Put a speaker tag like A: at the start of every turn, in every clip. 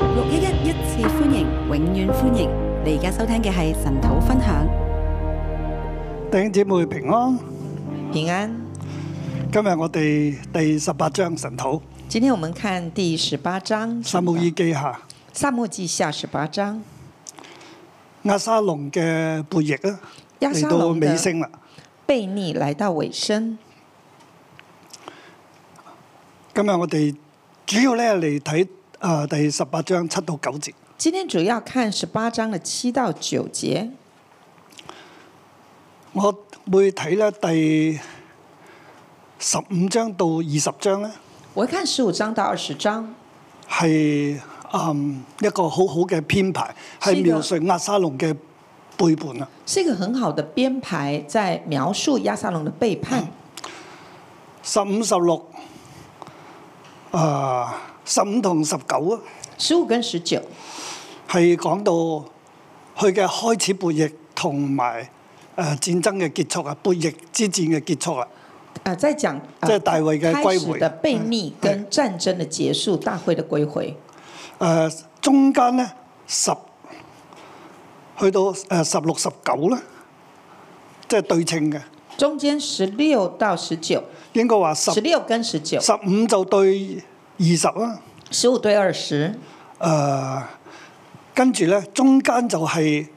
A: 六一一一次歡迎，永遠歡迎！你而家收聽嘅係神土分享。
B: 弟兄姊妹平安，
C: 平安。
B: 今日我哋第十八章神土
C: 今天我們看第十八章，
B: 撒母耳記下
C: 撒母記下十八章，
B: 亞沙龍嘅叛逆啊，
C: 亞
B: 嚟
C: 沙
B: 到
C: 龍的
B: 尾聲啦。
C: 悖逆來到尾聲。
B: 今日我哋主要咧嚟睇啊第十八章七到九節。
C: 今天主要看十八章的七到九節，
B: 我會睇咧第十五章到二十章咧，
C: 我看十五章到二十章
B: 係嗯一個好好嘅編排，
C: 是
B: 係
C: 一個
B: 描述亞沙龍嘅背叛啊。
C: 是一個很好的編排，在描述亞撒龍的背叛。
B: 十五十六啊，十五同十九啊。
C: 十五跟十九
B: 係講到佢嘅開始叛逆同埋誒戰爭嘅結束啊，叛逆之戰嘅結束啦，
C: 啊，在講啊
B: 即係大衛嘅
C: 開
B: 歸
C: 始
B: 回。
C: 的悖逆跟戰爭的結束，大會的歸回。
B: 誒呃中間咧十去到誒十六十九咧，即係對稱嘅，
C: 中間十六到十九，
B: 應該話十
C: 十六跟十九，
B: 十五就對二十啦。
C: 十五對二十，
B: 誒跟住咧中間就係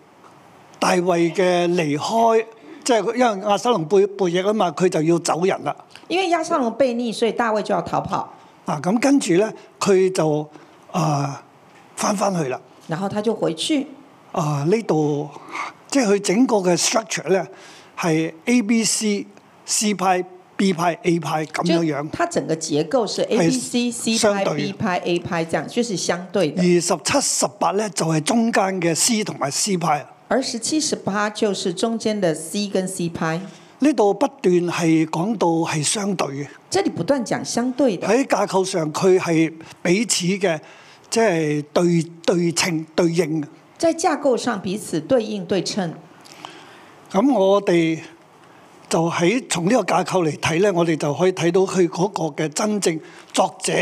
B: 大衛嘅離開，即係因為亞撒龍背背逆啊嘛，佢就要走人啦。
C: 因為亞撒龍悖逆，所以大衛就要逃跑，
B: 啊，咁跟住咧，佢就啊翻翻去啦。
C: 然後他就回去。
B: 啊，呢度即係佢整個嘅 structure 咧，係 A、B、C、C 派、B 派、A 派咁樣
C: 就
B: 樣。
C: 它整個結構是 A、
B: 係
C: B、C、C
B: 相
C: 派、
B: 對
C: B 派、A 派這樣，就是相對
B: 而
C: 的。
B: 十七、十八咧就係、中間嘅 C 同埋 C 派。
C: 而十七、十八就是中間的 C 跟 C 派，
B: 呢度不斷係講到係相對嘅，
C: 這裡不斷講相對的，
B: 喺架構上佢係彼此嘅，即係對對稱對應嘅。
C: 在架構上彼此對應對稱。
B: 咁我哋就喺從呢個架構嚟睇咧，我哋就可以睇到佢嗰個嘅真正作者，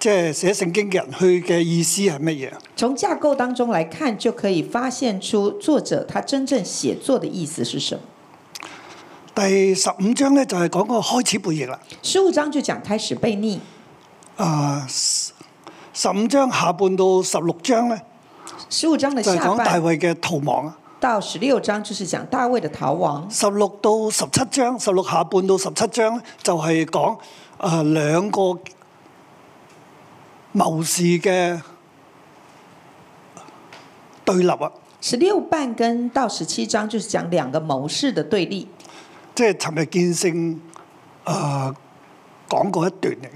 B: 即係寫聖經嘅人，佢嘅意思係乜嘢？
C: 從架構當中來看，就可以發現出作者他真正寫作的意思是什麼。
B: 第十五章咧就係講個開始背逆啦。
C: 十五章就講開始悖逆，
B: 啊、十十五章下半到十六章咧，
C: 十五章的
B: 就係
C: 下
B: 講大
C: 半
B: 衛嘅逃亡啊。
C: 到十六章就是講大衛的逃亡，
B: 十六到十七章，十六下半到十七章咧，就係講啊兩個謀士嘅對立啊。
C: 十六半跟到十七章就是講兩個謀士的對立。
B: 即係尋日見證啊、講過一段嚟嘅，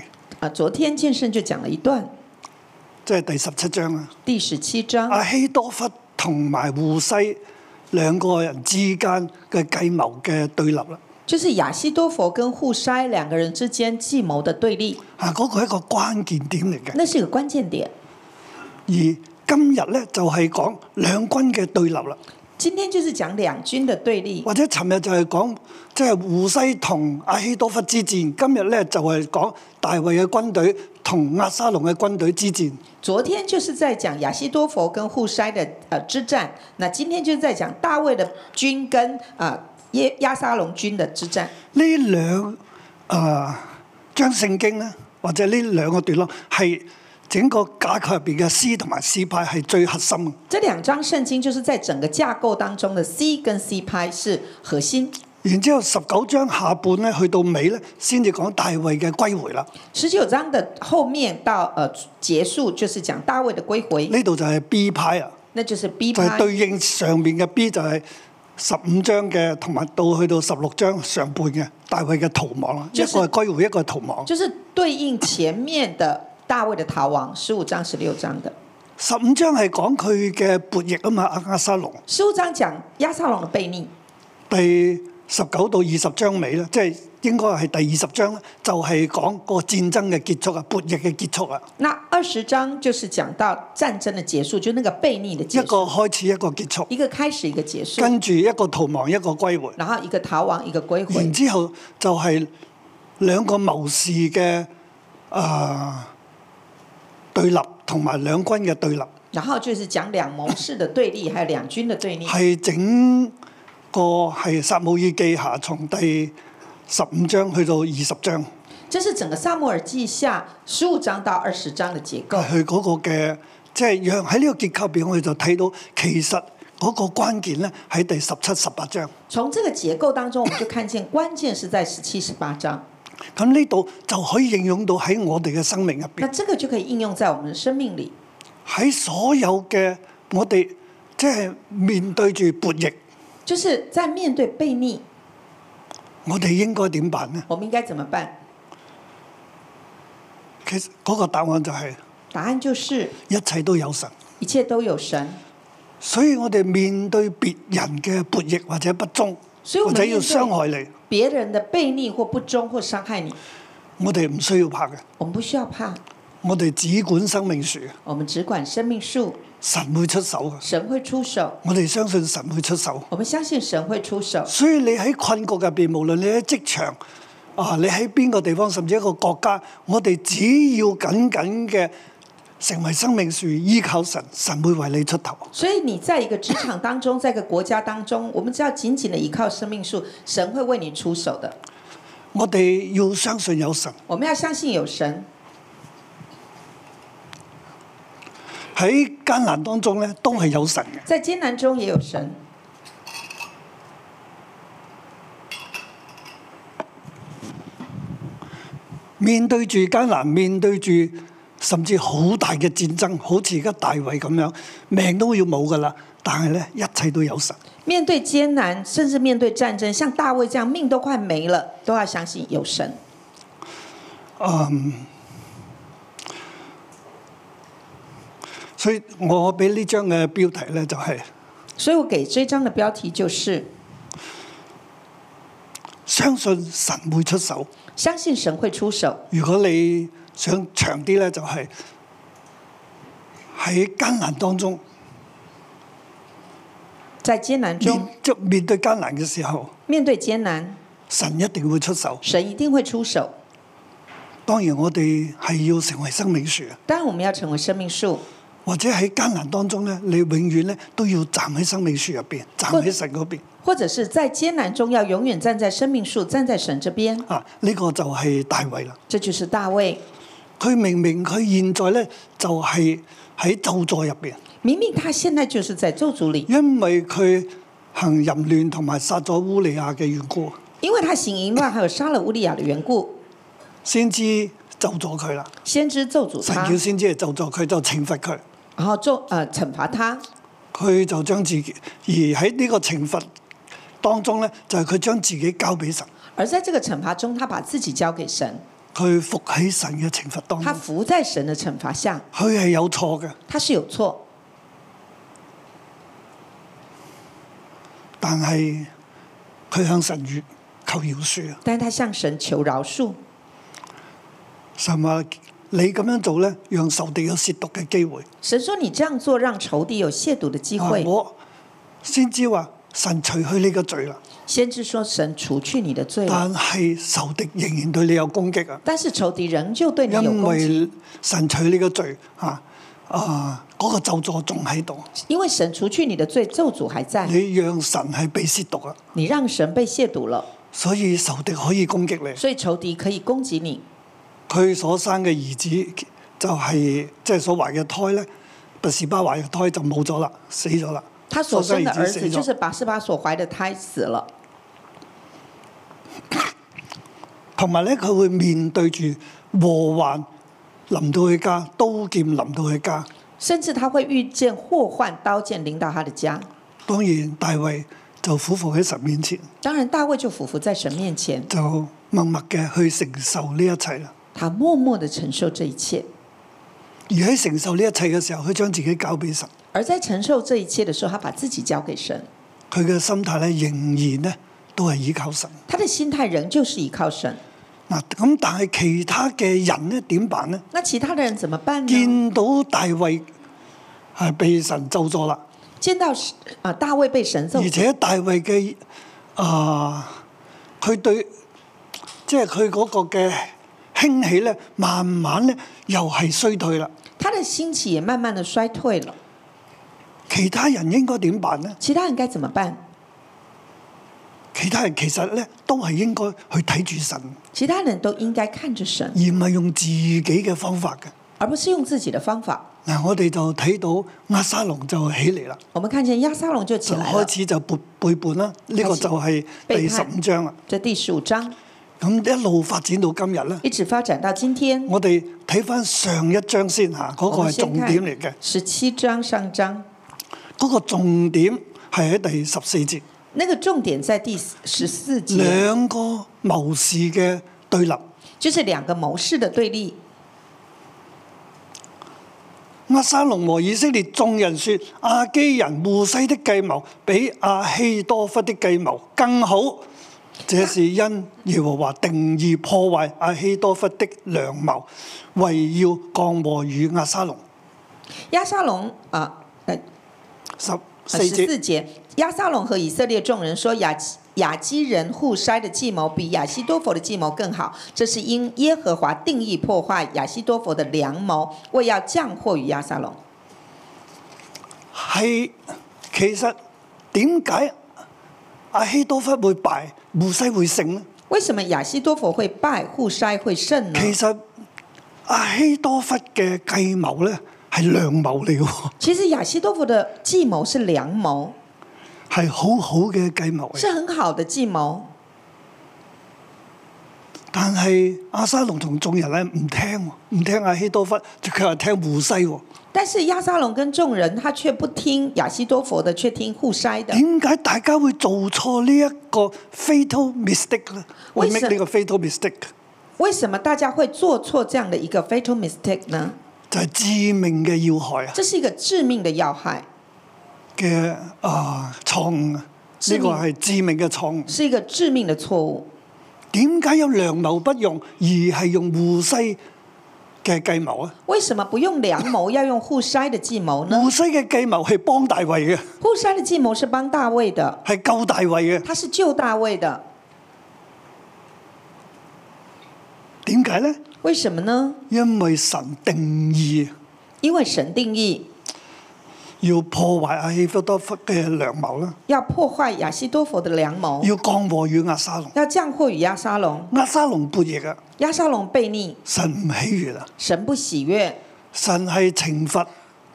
C: 啊，昨天建圣就講了一段，
B: 即係第十七章啊。
C: 第十七章，
B: 阿希多弗同埋胡西兩個人之間嘅計謀嘅對立啦。
C: 就是亞西多佛跟戶篩兩個人之間計謀的對立，
B: 啊，嗰、個係一個關鍵點嚟嘅。
C: 那是一個關鍵點。
B: 而今日咧就係、講兩軍嘅對立啦，
C: 今天就是講兩軍的對立，
B: 或者尋日就係講即係胡西同阿希多弗之戰，今日咧就係、講大衛嘅軍隊同亞沙龍嘅軍隊之戰。
C: 昨天就是在講亞西多佛跟戶篩的呃之戰，那今天就是在講大衛的軍跟啊耶亞沙龍軍的之戰。
B: 呢兩啊張聖經咧，或者呢兩個段落係整個架構入邊嘅詩同埋詩派係最核心嘅。
C: 這兩章聖經就是在整個架構當中的 C 跟 C 拍是核心，
B: 然之後十九章下半咧，去到尾咧，先至講大衛嘅歸回啦。
C: 十九章的後面到呃結束就是講大衛的歸回，
B: 呢度就係 B 派啊，
C: 那就是 B
B: 就係、
C: 拍。
B: 對應上面嘅 B 就係十五章嘅，同埋到去到十六章上半嘅大衛嘅逃亡啦。
C: 就是
B: 一個係歸回，一個係逃亡。
C: 就是對應前面的大衛的逃亡，十五章、十六章的。
B: 十五章係講佢嘅叛逆啊嘛，阿亞沙龍。
C: 十五章講押沙龍的悖逆，
B: 第十九到二十章尾咧，即係應該係第二十章咧，就係講個戰爭嘅結束啊，叛逆嘅結束啊，
C: 那二十章就是講到戰爭的結束，就那個悖逆的
B: 一
C: 結
B: 個
C: 束，
B: 開始一個結束，
C: 一個開始，一個結束，
B: 跟住一個逃亡一個歸回，
C: 然後一個逃亡，一個歸
B: 然
C: 回，
B: 之後就係呃兩個謀士嘅啊對立，同埋兩軍嘅對立，
C: 然后就是讲两谋士的对立，还有两军的对立，
B: 係整個係撒姆耳記下從第十五章去到二十章，
C: 这是整个撒母耳记下十五章到二十章的结构。
B: 佢嗰個嘅即係讓喺呢個結構入邊，我哋就睇到其實嗰個關鍵咧喺第十七、十八章。
C: 从这个结构当中，我们就看见關鍵是在十七、十八章。
B: 咁呢度就可以應用到喺我哋嘅生命入
C: 那
B: 邊，
C: 这个就可以应用在我們的生命里，
B: 喺所有嘅我哋即係面對住叛逆，
C: 就是在面對悖逆，
B: 我哋應該點辦呢？
C: 我們應該怎麼辦？
B: 其實嗰個答案就係、
C: 答案就是
B: 一切都有神，
C: 一切都有神。
B: 所以我哋面對別人嘅叛逆或者不忠，
C: 所以我
B: 或
C: 們
B: 者
C: 面
B: 要
C: 對
B: 傷害你，
C: 別人的悖逆或不忠或傷害你，
B: 我哋唔需要怕嘅，
C: 我們不需要怕，
B: 我哋只管生命樹，
C: 我們只管生命樹，
B: 神會出手嘅，
C: 神會出手。
B: 我哋相信神會出手。
C: 我們相信神會出手，
B: 所以你喺困局入邊，無論你喺職場啊，你喺邊個地方，甚至一個國家，我哋只要緊緊嘅成為生命樹，依靠神，神會為你出頭。
C: 所以你在一個職場當中，在一個國家當中，我們只要緊緊的依靠生命樹，神會為你出手的。
B: 我哋要相信有神
C: 我們要相信有神，
B: 喺艱難當中咧，都係有神嘅。
C: 在艱難中也有神。
B: 面對住艱難，面對住甚至好大嘅戰爭，好似而家大衛咁樣，命都要冇噶啦。但係咧，一切都有神。
C: 面對艱難，甚至面對戰爭，像大衛這樣命都快沒了，都要相信有神。
B: 嗯所以我俾呢張嘅標題咧，就係、
C: 所以我給這一章的標題就是
B: 相信神會出手。
C: “相信神會出手
B: 如果你想長啲咧，就係喺艱難當中，”。
C: 在艱難中
B: 面，即面對艱難嘅時候，
C: 面對艱難，
B: 神一定會出手。
C: 神一定會出手。
B: 當然，我哋係要成為生命樹，
C: 當然，我們要成為生命樹，
B: 或者喺艱難當中咧，你永遠咧都要站喺生命樹入邊，站喺神嗰邊
C: 或者是在艱難中要永遠站在生命樹，站在神這邊。
B: 啊！呢、個就係大衛啦。
C: 這就是大衛。
B: 佢明明佢現在咧就係喺咒詛入邊，
C: 明明他現在就是在咒詛裡，
B: 因為佢行淫亂同埋殺咗烏利亞嘅緣故，
C: 因為他行淫亂，還有殺了烏利亞的緣故，
B: 先知咒咗佢啦。
C: 先知咒詛
B: 神
C: 他
B: 叫，先知嚟咒咗佢，就懲罰佢。
C: 然後咒呃懲罰他，
B: 佢就將自己，而喺呢個懲罰當中咧，就係佢將自己交俾神，
C: 而在這個懲罰中，他把自己交給神，
B: 佢服喺神嘅懲罰當
C: 他
B: 中。
C: 服在神的懲罰下，
B: 佢係有錯嘅，
C: 他是有錯，
B: 但係佢向神越求饒恕啊！
C: 但是他向神求饒恕。
B: 神話你咁樣做咧，讓仇敵有褻瀆嘅機會。
C: 神說：“你這樣做，讓仇敵有褻瀆的機
B: 啊
C: 會。
B: 我先知話神除去呢個罪啦，”
C: 先知說：“神除去你的罪了。
B: 但係仇敵仍然對你有攻擊啊！”
C: 但是仇敵仍舊對你有
B: 因
C: 攻擊，
B: 為神除呢個罪啊啊，嗰、個咒詛仲喺度。
C: 因為神除去你的罪，咒詛還在，
B: 你讓神係被褻瀆啊，
C: 你讓神被褻瀆了，
B: 所以仇敵可以攻擊你。
C: 所以仇敵可以攻擊你。
B: 佢所生嘅兒子就係即係所懷嘅胎咧，拔士巴懷嘅胎就冇咗啦，死咗啦。
C: 他所生的兒
B: 所
C: 子
B: 生兒子死咗
C: 就是拔示巴所懷的胎死了，
B: 同埋咧，佢會面對住禍患臨到佢家，刀劍臨到佢家。
C: 甚至他會遇見禍患，刀劍臨到他的家。
B: 當然大衛就俯伏喺神面前，
C: 當然，大衛就俯伏在神面前，
B: 就默默嘅去承受呢一切啦。
C: 他默默地承受這一切。
B: 而喺承受呢一切嘅時候，佢將自己交俾神，
C: 而在承受這一切的時候，他把自己交給神，
B: 佢嘅心態咧仍然咧都係依靠神。
C: 他的心態仍舊是依靠神。
B: 嗱，咁但係其他嘅人咧點辦咧？
C: 那其他的人怎麼辦呢？
B: 見到大衛係被神咒咗啦，
C: 見到啊大衛被神咒
B: 而，且大衛嘅啊，佢、對即係佢嗰個嘅興起咧，慢慢咧又係衰退啦。
C: 他的兴起也慢慢的衰退了。
B: 其他人應該點辦呢？
C: 其他人该怎么办？
B: 其他人其實咧都係應該去睇住神，
C: 其他人都应该看着神
B: 而，唔係用自己嘅方法嘅。
C: 而不是用自己的方法。
B: 嗱，我哋就睇到亞沙龍就起嚟啦，
C: 我们看见亚沙龙就起
B: 就
C: 来了
B: 開，始就背背叛啦。呢、個
C: 開始
B: 就係第
C: 背
B: 十
C: 叛
B: 五章啦。
C: 这第十五章
B: 咁一路發展到今日咧，
C: 一直发展到今天。
B: 我哋睇翻上一章先嚇，嗰、個係重點嚟嘅。
C: 十七章上章，
B: 嗰、個重點係喺第十四節，
C: 那个重点在第十四节，
B: 兩個謀士嘅對立。
C: 就是两个谋士的对立。
B: 阿沙龍和以色列眾人說：亞基人護西的計謀比亞希多弗的計謀更好。這是因耶和華定義破壞亞希多弗的良謀，為要降禍與亞沙龍。
C: 亚沙龙啊，呃，
B: 十四
C: 十
B: 節
C: 四节，亚沙龙和以色列众人说亚亚基人互筛的计谋比亚西多佛的计谋更好，这是因耶和华定义破坏亚西多佛的良谋，为要降祸于亚沙龙。
B: 係其實點解亞希多弗會敗，護西會勝呢？
C: 为什么亚西多佛会败，互筛会胜呢？
B: 其實亞希多弗嘅計謀呢係良謀嚟嘅，
C: 其实亚西多佛的计谋是良谋，
B: 係好好嘅計謀嚟。
C: 是很好的计谋。
B: 但係阿沙龍同眾人咧唔聽喎，唔聽阿希多弗，佢話聽胡西喎。
C: 但是亚沙龙跟众人，他却不听亚西多佛的，却听互筛的。
B: 點解大家會做錯呢一個 fatal mistake 咧？會
C: 為什
B: make 呢個 fatal mistake
C: 为什么大家会做错这样的一个 fatal mistake 呢？
B: 就係致命嘅要害啊
C: 这是一个致命的要害，
B: 嘅啊錯誤啊！呢
C: 致
B: 個
C: 命
B: 係致命嘅錯誤。
C: 是一个致命的错误。
B: 點解有良謀不用，而係用胡西嘅計謀啊？
C: 为什么不用良谋，要用互筛的计谋呢？
B: 胡西嘅計謀係幫大衛嘅，
C: 互筛的计谋是帮大卫的，
B: 係救大衛嘅。
C: 他是救大卫的，
B: 點解呢？
C: 为什么呢？
B: 因為神定義。
C: 因为神定义
B: 要破壞阿希弗多弗嘅良謀啦，
C: 要破坏亚西多佛的良谋，
B: 要降禍與亞沙龍。
C: 要降祸于亚沙龙，
B: 亞沙龍叛逆啊，
C: 亚沙龙悖逆，
B: 神唔喜悦啊，
C: 神不喜悦，
B: 神係懲罰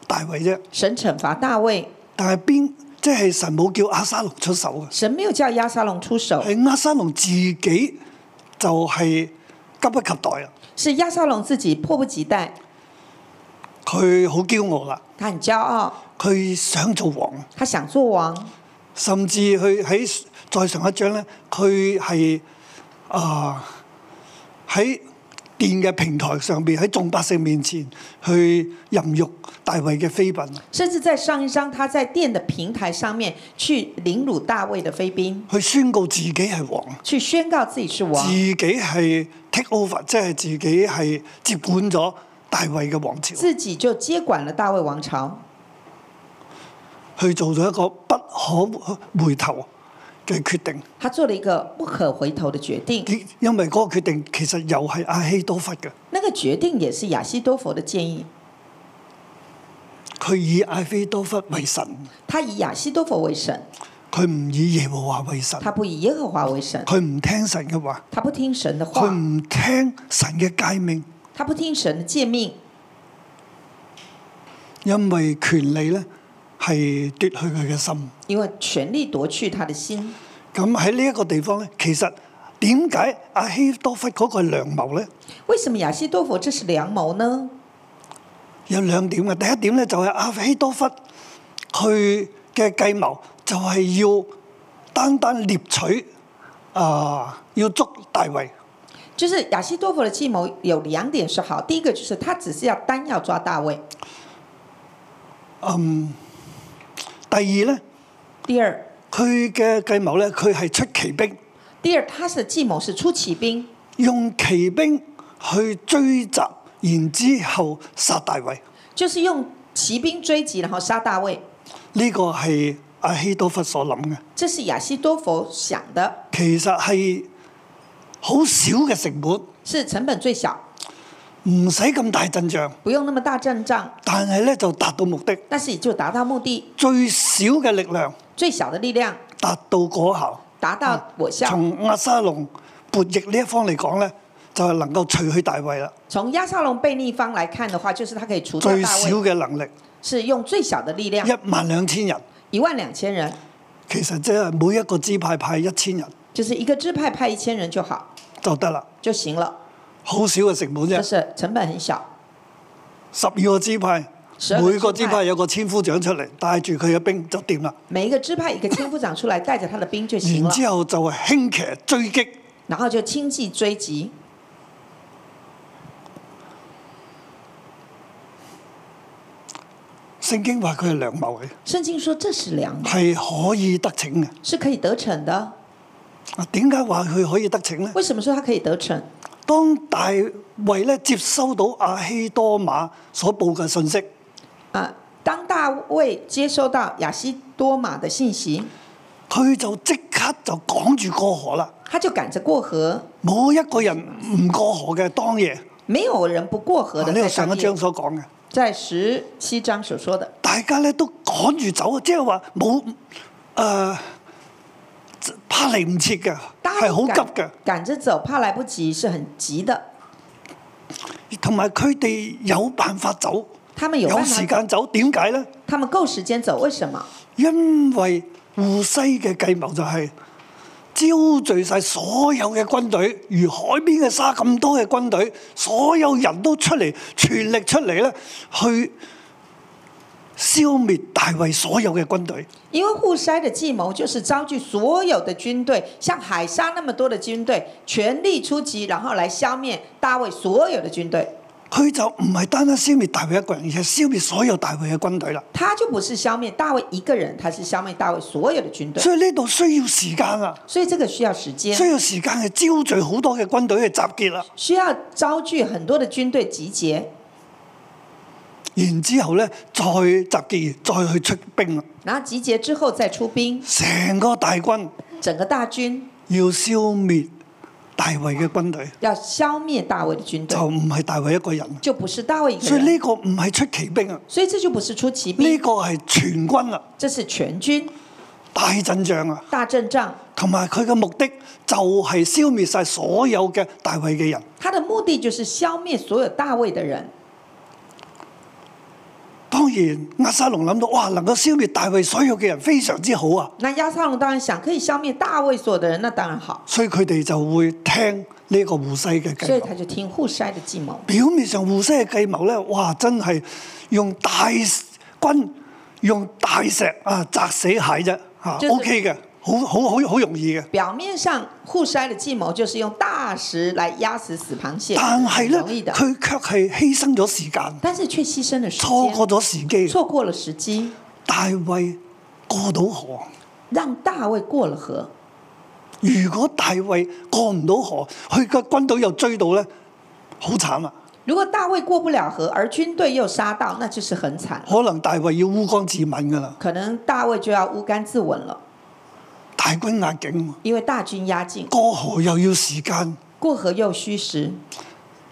B: 大衛啫，
C: 神惩罚大卫，
B: 但係邊即係神冇叫亞沙龍出手嘅，
C: 神没有叫亚沙龙出手，
B: 係亞沙龍自己就係急不及待啊，
C: 是亚沙龙自己迫不及待，
B: 佢好驕傲啦，
C: 他很骄傲，
B: 佢想做王，
C: 他想做王，
B: 甚至佢喺再上一章咧，佢係啊喺電嘅平台上邊，喺眾百姓面前去淫辱大衛嘅妃嫔，
C: 甚至在上一章他在殿的平台上面去凌辱大卫的妃嫔，
B: 去宣告自己係王，
C: 去宣告自己是王
B: 自，己係 take over，即係自己係接管咗大衛嘅王朝，
C: 自己就接管了大卫王朝，
B: 去做咗一個不可回頭嘅決定。
C: 他做了一个不可回头的决定，
B: 因因為嗰個決定其實又係阿希多弗嘅，
C: 那个决定也是亚西多佛的建议，
B: 佢以阿希多弗為神。
C: 他以亚西多佛为神，
B: 佢唔以耶和華為神，
C: 他不以耶和华为神，
B: 佢唔聽神嘅話，
C: 他不听神的
B: 佢
C: 话，
B: 唔聽神嘅誡命，
C: 他不听神的诫命，
B: 因為權利咧係奪去佢嘅心。
C: 因为权力夺去他的心。
B: 咁喺呢一個地方咧，其實點解阿希多弗嗰個係良謀咧？
C: 为什么亚西多佛这是良谋呢？
B: 有兩點嘅，第一點咧就係阿希多弗佢嘅計謀就係要單單獵取啊、要捉大衛。
C: 就是亚西多佛的计谋有两点是好，第一个就是他只是要单要抓大卫，
B: 第二咧，
C: 第二，
B: 佢嘅計謀咧，佢係出奇兵。
C: 第二他的计谋是出奇兵，
B: 用奇兵去追襲，然之後殺大衛。
C: 就是用骑兵追击，然后杀大卫。
B: 呢、個係阿希多弗所諗嘅，
C: 这是亚西多佛想的，
B: 其實係好少嘅成本，
C: 是成本最小，
B: 唔使咁大陣仗，
C: 不用那么大阵仗，
B: 但係咧就達到目的，
C: 但是也就达到目的，
B: 最少嘅力量
C: 最小的力量
B: 達到果效。
C: 达到果效。
B: 從亞沙龍撥役呢一方嚟講咧，就係能夠除去大衛啦，
C: 从亚沙龙背逆方来看的话，就是他可以除掉
B: 最
C: 大
B: 少
C: 卫，
B: 嘅能力
C: 是用最小的力量，
B: 一萬兩千人，
C: 一万两千人，
B: 其實即係每一個支派派一千人
C: 就是一个支派派一千人就好
B: 就得啦，
C: 就行了，
B: 好少嘅成本
C: 就
B: 啫。
C: 是成本很小。
B: 十二個支派，
C: 12個
B: 每個
C: 支
B: 支
C: 派
B: 派有個千夫長出嚟，帶住佢嘅兵就掂啦。
C: 每一个支派一个千夫长出来，带着他的兵就行
B: 然
C: 了，
B: 之後就係輕騎追擊，
C: 然后就轻骑追击，
B: 聖經話佢係良謀嚟，
C: 圣经说这是良谋，
B: 係可以得逞嘅。
C: 是可以得逞的。
B: 啊，點解話佢可以得逞呢？
C: 为什么说它可以得逞？
B: 當大衛咧接收到阿希多馬所報嘅信息，
C: 啊，当大卫接收到亚西多玛的信息，
B: 佢就即刻就趕住過河啦。
C: 他就赶着过河，
B: 冇一個人唔過河嘅當夜，
C: 没有人不过河
B: 啊
C: 的。
B: 呢個
C: 在
B: 上
C: 上
B: 一章
C: 面，
B: 所講嘅，
C: 在十七章所说的，
B: 大家咧都趕住走啊，即係話冇誒怕嚟唔切嘅，
C: 大家
B: 係
C: 都
B: 好
C: 赶
B: 急嘅，
C: 赶着走，怕来不及，是很急的。
B: 同埋佢哋有辦法走，
C: 他们有
B: 有
C: 办
B: 時
C: 法，
B: 間走，點解呢？
C: 他们够时间走，为什么？
B: 因為護西嘅計謀就係、招聚晒所有嘅軍隊，如海邊嘅沙咁多嘅軍隊，所有人都出嚟，全力出嚟咧，去消滅大衛所有嘅軍隊。
C: 因为互筛的计谋就是招聚所有的军队，像海沙那么多的军队，全力出击，然后来消灭大卫所有的军队。
B: 佢就唔係單單消滅大衛一個人，而係消滅所有大衛嘅軍隊啦。
C: 他就不是消灭大卫一个人，他是消灭大卫所有的军队。
B: 所以呢度需要時間啦，
C: 所以这个需要时间，
B: 需要時間去招聚好多嘅軍隊去集結啦。
C: 需要招聚很多的军队集结，
B: 然之後咧，再集結，再去出兵啦。
C: 然后集结之后再出兵，
B: 成個大軍。
C: 整个大军
B: 要消滅大衛嘅軍隊，
C: 要消灭大卫的军队
B: 就，唔係大衛一個人。
C: 就不是大卫一个
B: 所以
C: 人。
B: 呢個唔係出奇兵啊，
C: 所以这就不是出奇
B: 呢、
C: 兵，
B: 個係全軍啊，
C: 这是全军
B: 大陣仗啊，
C: 大阵仗。
B: 同埋佢嘅目的就係消滅晒所有嘅大衛嘅人。
C: 他的目的就是消灭所有大卫的人。
B: 當然，押沙龍諗到哇，能夠消滅大衛所有嘅人非常之好啊，
C: 那亚撒龙当然想可以消灭大卫所有的人，那当然好，
B: 所以佢哋就會聽呢個胡西嘅
C: 所
B: 計
C: 以
B: 謀。
C: 他就听互筛的计谋。
B: 表面上胡西嘅計謀呢，哇，真係用大軍用大石啊砸死蟹啫，嚇
C: 就是
B: OK 嘅，好好好好容易嘅。
C: 表面上互筛的计谋就是用大石来压死死螃蟹，
B: 但
C: 很
B: 係呢，
C: 容易的，
B: 佢卻係犧牲咗時間，
C: 但是却犧牲了时
B: 錯過
C: 间，
B: 咗時機。
C: 错過了时机，
B: 大衛過到河，
C: 让大卫过了河。
B: 如果大衛過唔到河，佢嘅軍隊又追到呢，好慘啊！
C: 如果大卫过不了河，而军队又杀到，那就是很惨，
B: 可能大衛要烏江自刎㗎啦，
C: 可能大卫就要乌干自刎了，
B: 大軍壓境，
C: 因为大军压境，
B: 過河又要時間。
C: 过河又需时。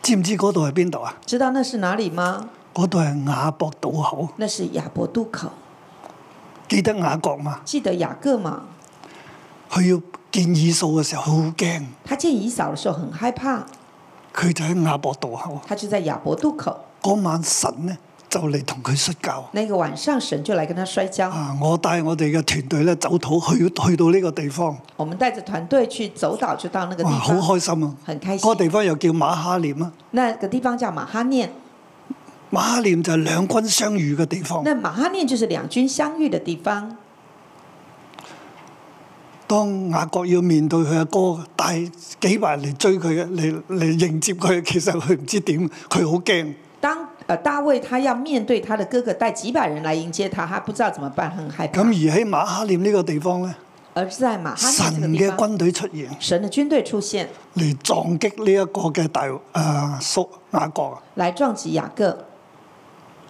B: 知唔知嗰度係邊度啊？
C: 知道那是哪里吗？
B: 嗰度係雅博島口，
C: 那是亚伯渡口。
B: 記得雅各嘛？
C: 记得雅各嘛？
B: 佢要見以數嘅時候，佢好驚，
C: 他见以扫的时候很害怕，
B: 佢就喺雅博島口。
C: 他就在亚伯渡口。
B: 嗰晚神呢，就嚟同佢摔跤。
C: 那个晚上，神就来跟他摔跤。
B: 啊！我帶我哋嘅團隊咧走土去去到呢個地方，
C: 我们带着团队去走岛，就到那个
B: 哇！
C: 地
B: 好
C: 方，
B: 開心啊！
C: 很开心
B: 嗰個。地方又叫馬哈念啊，
C: 那个地方叫马哈念，
B: 馬哈念就係兩軍相遇嘅地方。
C: 那马哈念就是两军相遇的地方。
B: 當雅各要面對佢阿哥帶幾百人嚟追佢嘅，嚟嚟迎接佢， 其實佢唔知點，佢好驚。
C: 当呃大卫他要面对他的哥哥带几百人来迎接他，他不知道怎么办，很害
B: 咁
C: 怕。
B: 而喺馬哈念呢個地方咧，
C: 而是在马哈
B: 神
C: 念这个地
B: 嘅
C: 方，
B: 軍隊出現
C: 神的军队出现
B: 嚟撞擊呢一個嘅大誒叔雅各啊。
C: 来撞击雅各。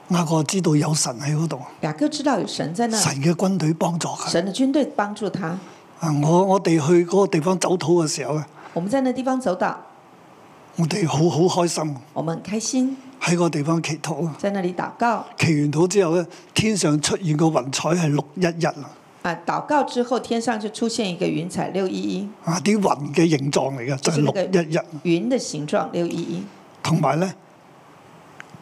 B: 雅各知道有神喺嗰度，
C: 雅各知道有神在那
B: 神
C: 里，
B: 嘅軍隊幫助佢。
C: 神的军队帮助他。
B: 啊！我我哋去嗰個地方走土嘅時候咧。
C: 我们在那地方走岛，
B: 我哋好好開心
C: 我们很开心
B: 喺個地方祈禱啊！
C: 在那里祷告
B: 祈完禱之後咧，天上出現個雲彩係六一一啊！
C: 啊，禱告之后天上就出现一个云彩六一一
B: 啊，啲雲嘅形狀嚟嘅就係
C: 就係
B: 六一一，
C: 云的形状六一一，
B: 同埋咧，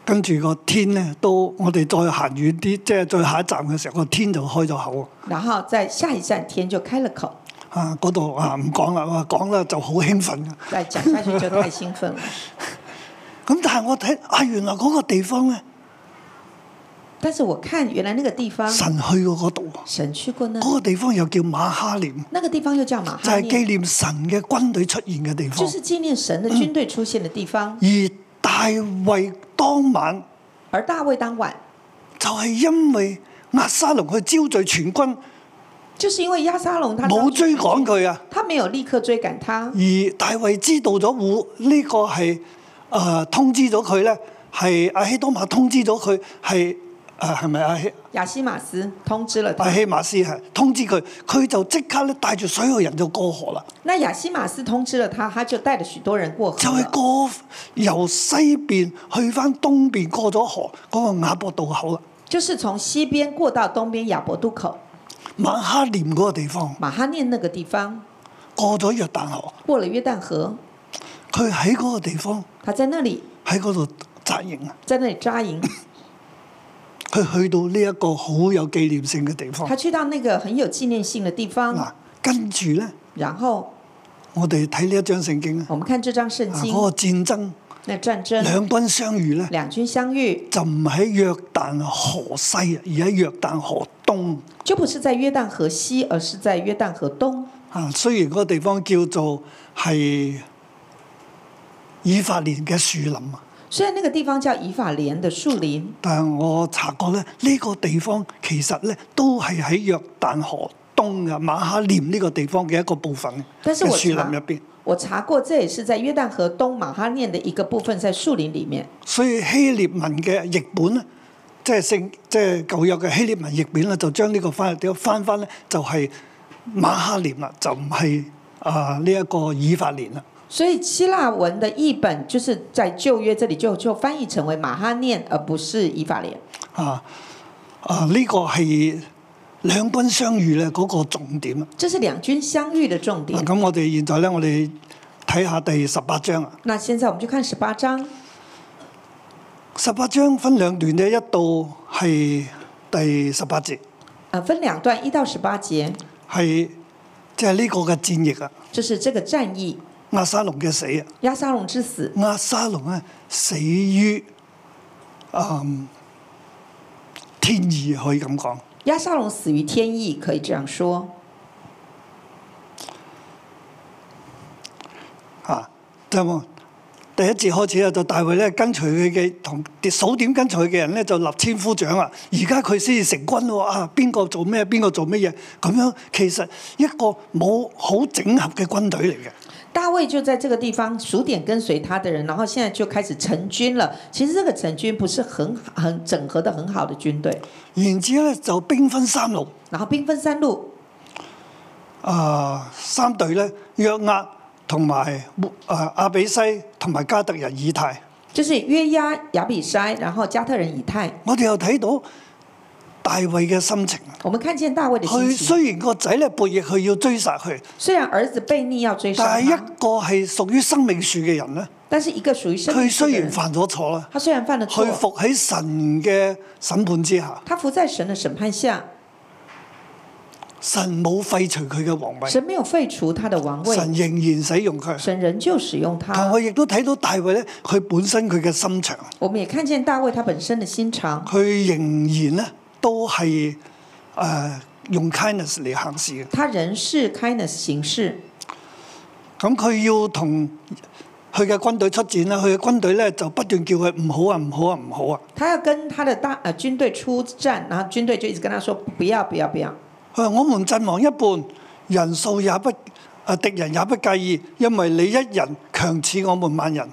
B: 跟住個天咧都我哋再行遠啲，即係再下一站嘅時候，個天就開咗口啊
C: 然后在下一站天就开了口，
B: 啊！嗰度啊唔講啦，哇講啦就好興奮啊！
C: 再讲下去就太兴奋了。
B: 咁但係我睇啊，原來嗰個地方咧，
C: 但是我看原来那个地方
B: 神去過嗰度啊，
C: 神去过那里
B: 嗰、個地方又叫馬哈念，
C: 那個地方又叫馬
B: 就
C: 哈
B: 係、
C: 念，
B: 紀念神嘅軍隊出現嘅地方
C: 就。是紀念神的軍隊出現的地方。
B: 而大衛當晚
C: 而大衛當晚，
B: 就係因為押沙龍去招聚全軍，
C: 就是因為押沙龍他
B: 冇追趕佢啊。
C: 他沒有立刻追趕他，
B: 而大衛知道咗户呢個係誒、呃通知咗佢咧，係阿希多馬通知咗佢係誒係咪阿希
C: 亞西馬斯通知了他
B: 阿。希馬斯係通知佢，佢就即刻咧帶住所有人就過河啦，
C: 那亞西馬斯通知了他，他就帶着許多人過河
B: 就係、
C: 了，
B: 過由西邊去翻東邊過咗河嗰、個雅博渡口啦，
C: 就是從西邊過到東邊亞伯渡口，
B: 馬哈念嗰個地方
C: 馬哈念那個地方，
B: 過咗約旦河，
C: 過了約旦河，
B: 佢喺嗰個地方。
C: 他在那裡
B: 喺嗰度紮營啊！
C: 在那裡扎營，
B: 佢去到呢一個好有紀念性嘅地方。
C: 他去到那個很有紀念性的地
B: 嗱
C: 方，，
B: 跟住咧，
C: 然後
B: 我哋睇呢一章聖經啊，
C: 我們看這張聖
B: 啊
C: 經
B: 嗰、個，戰爭
C: 那戰爭
B: 兩軍相遇咧，
C: 兩軍相遇。
B: 就唔喺約旦河西啊，而喺約旦河東
C: 就不是在约旦河西，而是在约旦河东。
B: 啊。雖然嗰個地方叫做係以法蓮嘅樹林啊，
C: 虽然那个地方叫以法莲的树林，
B: 但係我查過咧，呢、個地方其實咧都係喺約旦河東啊馬哈念呢個地方嘅一個部分
C: 但是我
B: 嘅
C: 查
B: 樹林入邊。
C: 我查过，这也是在约旦河东马哈念的一个部分，在树林里面。
B: 所以希臘文嘅譯本咧，即係聖即係舊約嘅希臘文譯本咧，就將呢個翻點翻翻咧，就係馬哈念啦，就唔係啊呢一個以法蓮啦。
C: 所以希腊文的译本就是在旧约这里就就翻译成为马哈念，而不是以法莲。
B: 啊啊呢、個係兩軍相遇咧嗰個重點啊！
C: 这是兩軍相遇的重點。
B: 咁我哋現在咧，我哋睇下第十八章啊。
C: 那现在我们就看十八章，
B: 十八章分兩段嘅，一到係第十八節，
C: 啊，分兩段，一到十八節，
B: 係即係呢個嘅戰役啊，
C: 就是這個戰役，
B: 亞沙龍嘅死啊。
C: 押沙龍之死，
B: 押沙龍咧死於嗯天意，可以咁講。
C: 押沙龍死於天意，可以這樣說。
B: 啊，就第一節開始啊，就大衛咧跟隨佢嘅同數點跟隨佢嘅人咧就立千夫長啊，而家佢先至成軍喎啊！邊個做咩？邊個做乜嘢？咁樣其實一個冇好整合嘅軍隊嚟嘅。
C: 大卫就在这个地方数点跟随他的人，然后现在就开始成军了。其实这个成军不是很很整合的很好的军队，
B: 然之後咧就兵分三路，
C: 然后兵分三路，
B: 啊三隊咧約押同埋啊亞比西同埋加特人以太。
C: 就是约押、亚比筛，然后加特人以太。
B: 我哋又睇到大衛嘅心情，啊
C: 我们看见大卫的心
B: 佢
C: 情，
B: 雖然個仔咧背逆佢要追殺佢，
C: 虽然儿子悖逆要追杀
B: 但係一
C: 他，
B: 個係屬於生命樹嘅人咧，
C: 但是一个属于生命
B: 佢
C: 树
B: 雖
C: 的
B: 然
C: 人，
B: 犯咗錯啦，
C: 他虽然犯了
B: 佢
C: 错，
B: 伏喺神嘅審判之下，
C: 他伏在神的审判下，
B: 神冇廢除佢嘅皇位，
C: 神没有废除他的王位，
B: 神仍然使用佢。
C: 神仍旧使用
B: 但
C: 他。
B: 我亦都睇到大衛咧，佢本身佢嘅心腸，
C: 我们也看见大卫他本身的心肠，
B: 佢仍然咧都係誒、呃用 kindness 嚟行事嘅。
C: 他仍是 kindness 行事。
B: 咁佢要同佢嘅軍隊出戰啦，佢嘅軍隊咧就不斷叫佢唔好啊，唔好啊，唔好啊。
C: 他要跟他的大呃军队出战，然后军队就一直跟他说不要不要不要，
B: 佢話：我們陣亡一半，人數也不啊敵人也不介意，因為你一人強似我們萬人。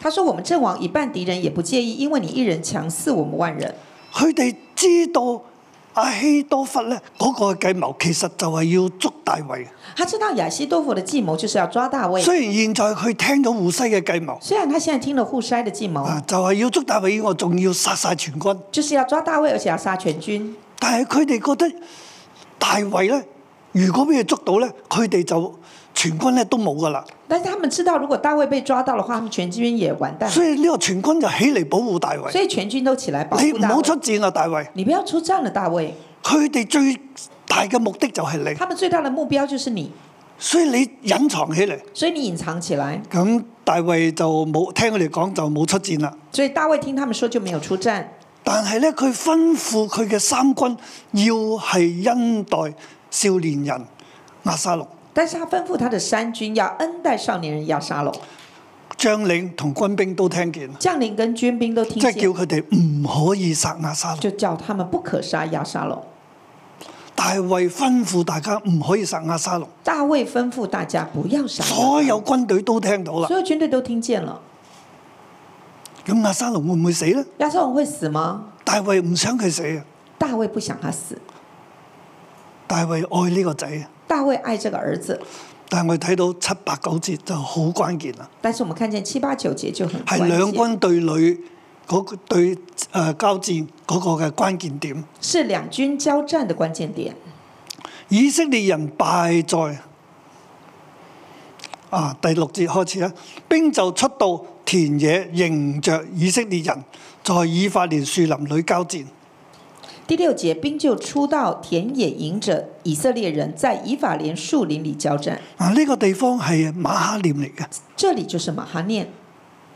C: 他说我们阵亡一半敌人也不介意，因为你一人强似我们万人。
B: 佢哋知道阿希多弗咧嗰、個計謀其實就係要捉大衛。
C: 他知道亚西多佛的计谋就是要抓大卫。
B: 雖然現在佢聽到胡西嘅計謀，
C: 虽然他现在听了户筛的计谋，
B: 啊，就係、要捉大衛，我仲要殺晒全軍。
C: 就是要抓大卫，而且要杀全军。
B: 但係佢哋覺得大衛咧，如果俾佢捉到咧，佢哋就全軍咧都冇噶啦。
C: 但是他们知道，如果大卫被抓到的话，他们全军也完蛋了。
B: 所以呢個全軍就起嚟保護大衛。
C: 所以全军都起来保
B: 你
C: 护
B: 唔
C: 大
B: 好出
C: 卫。
B: 戰啊，大衛！
C: 你不要出战了，大卫。
B: 佢哋最大嘅目的就係你，
C: 他们最大的目标就是你，
B: 所以你隱藏起嚟。
C: 所以你隐藏起来。
B: 咁大衛就冇聽佢哋講就冇出戰啦。
C: 所以大卫听他们说就没有出战，
B: 但係咧，佢吩咐佢嘅三軍要係恩待少年人亞沙龍、
C: 但是他吩咐他的三军要恩待少年人亚沙龙，
B: 將領同軍兵都聽見，
C: 将领跟军兵都听
B: 即係叫
C: 见，
B: 佢哋唔可以殺亞沙龍。
C: 就叫他们不可杀亚沙龙。
B: 大衛吩咐大家唔可以殺亞沙龍，
C: 大卫吩咐大家不要杀亚沙龙，
B: 所有軍隊都聽到啦
C: 所。有军队都听见了。
B: 咁亞沙龍會唔會死呢？
C: 亚沙龙会死吗？
B: 大衛唔想佢死啊！
C: 大卫不想他死，
B: 大衛愛呢個仔啊！
C: 大卫爱这个儿子，
B: 但係我哋睇到七八九節就好關鍵啦，
C: 但是我们看见七八九节就很
B: 係
C: 关
B: 兩
C: 键，
B: 軍對壘嗰、個對呃交戰嗰個嘅關鍵點。
C: 是两军交战的关键点。
B: 以色列人敗在啊第六節開始啦，兵就出到田野，迎着以色列人，在以法蓮樹林裏交戰。
C: 第六节，兵就出到田野，迎着以色列人，在以法莲树林里交战。
B: 啊，呢、個地方係馬哈念嚟嘅，
C: 这里就是马哈念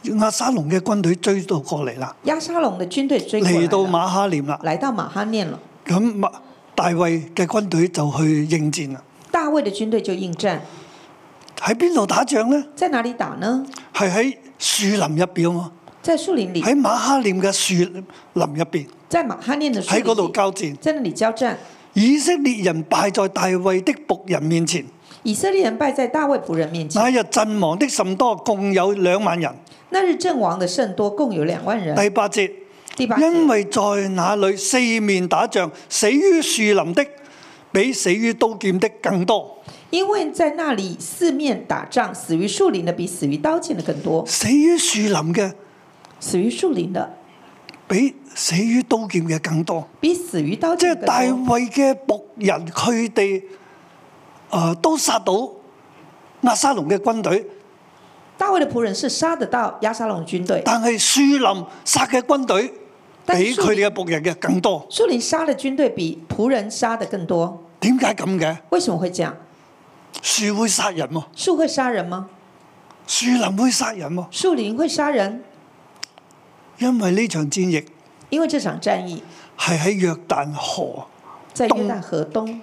B: 亞沙龍嘅軍隊追到過嚟啦，
C: 亚沙龙的军队追过来
B: 嚟到
C: 了，
B: 馬哈念啦，
C: 来到马哈念了。
B: 咁馬大衛嘅軍隊就去應戰啦。
C: 大卫的军队就应战，
B: 喺邊度打仗呢？
C: 在哪里打呢？
B: 係喺樹林入邊喎，
C: 在树林里，
B: 喺馬哈念嘅樹林入邊，
C: 在马哈念的树
B: 喺
C: 林
B: 嗰度
C: 里，
B: 交戰。
C: 在那里交战。
B: 以色列人敗在大衛的仆人面前，
C: 以色列人败在大卫仆人面前。
B: 那日陣亡的甚多，共有兩萬人。
C: 那日阵亡的甚多，共有两万人。
B: 第八節，
C: 第八节，
B: 因為在那裏四面打仗，死於樹林的比死於刀劍的更多，
C: 因为在那里四面打仗，死于树林的比死于刀剑的更多，
B: 死於樹林嘅
C: 死于树林的
B: 比死於刀劍嘅更多。
C: 比死于刀
B: 即
C: 剑
B: 係
C: 的
B: 大
C: 更多。
B: 衛嘅仆人，佢哋誒都殺到亞沙龍嘅軍隊，
C: 大卫的仆人是杀得到亚沙龙军队，
B: 但係樹林殺嘅軍隊
C: 但係
B: 比
C: 樹
B: 佢
C: 林
B: 哋嘅仆人嘅更多。
C: 树林杀的军队比仆人杀的更多。
B: 點解咁嘅？
C: 为什么会这样？
B: 樹會殺人喎、
C: 树会杀人吗？
B: 樹林會殺人喎、
C: 树林会殺人，
B: 因為呢場戰役
C: 因為這場戰役
B: 係喺約旦河
C: 在
B: 東
C: 約旦河東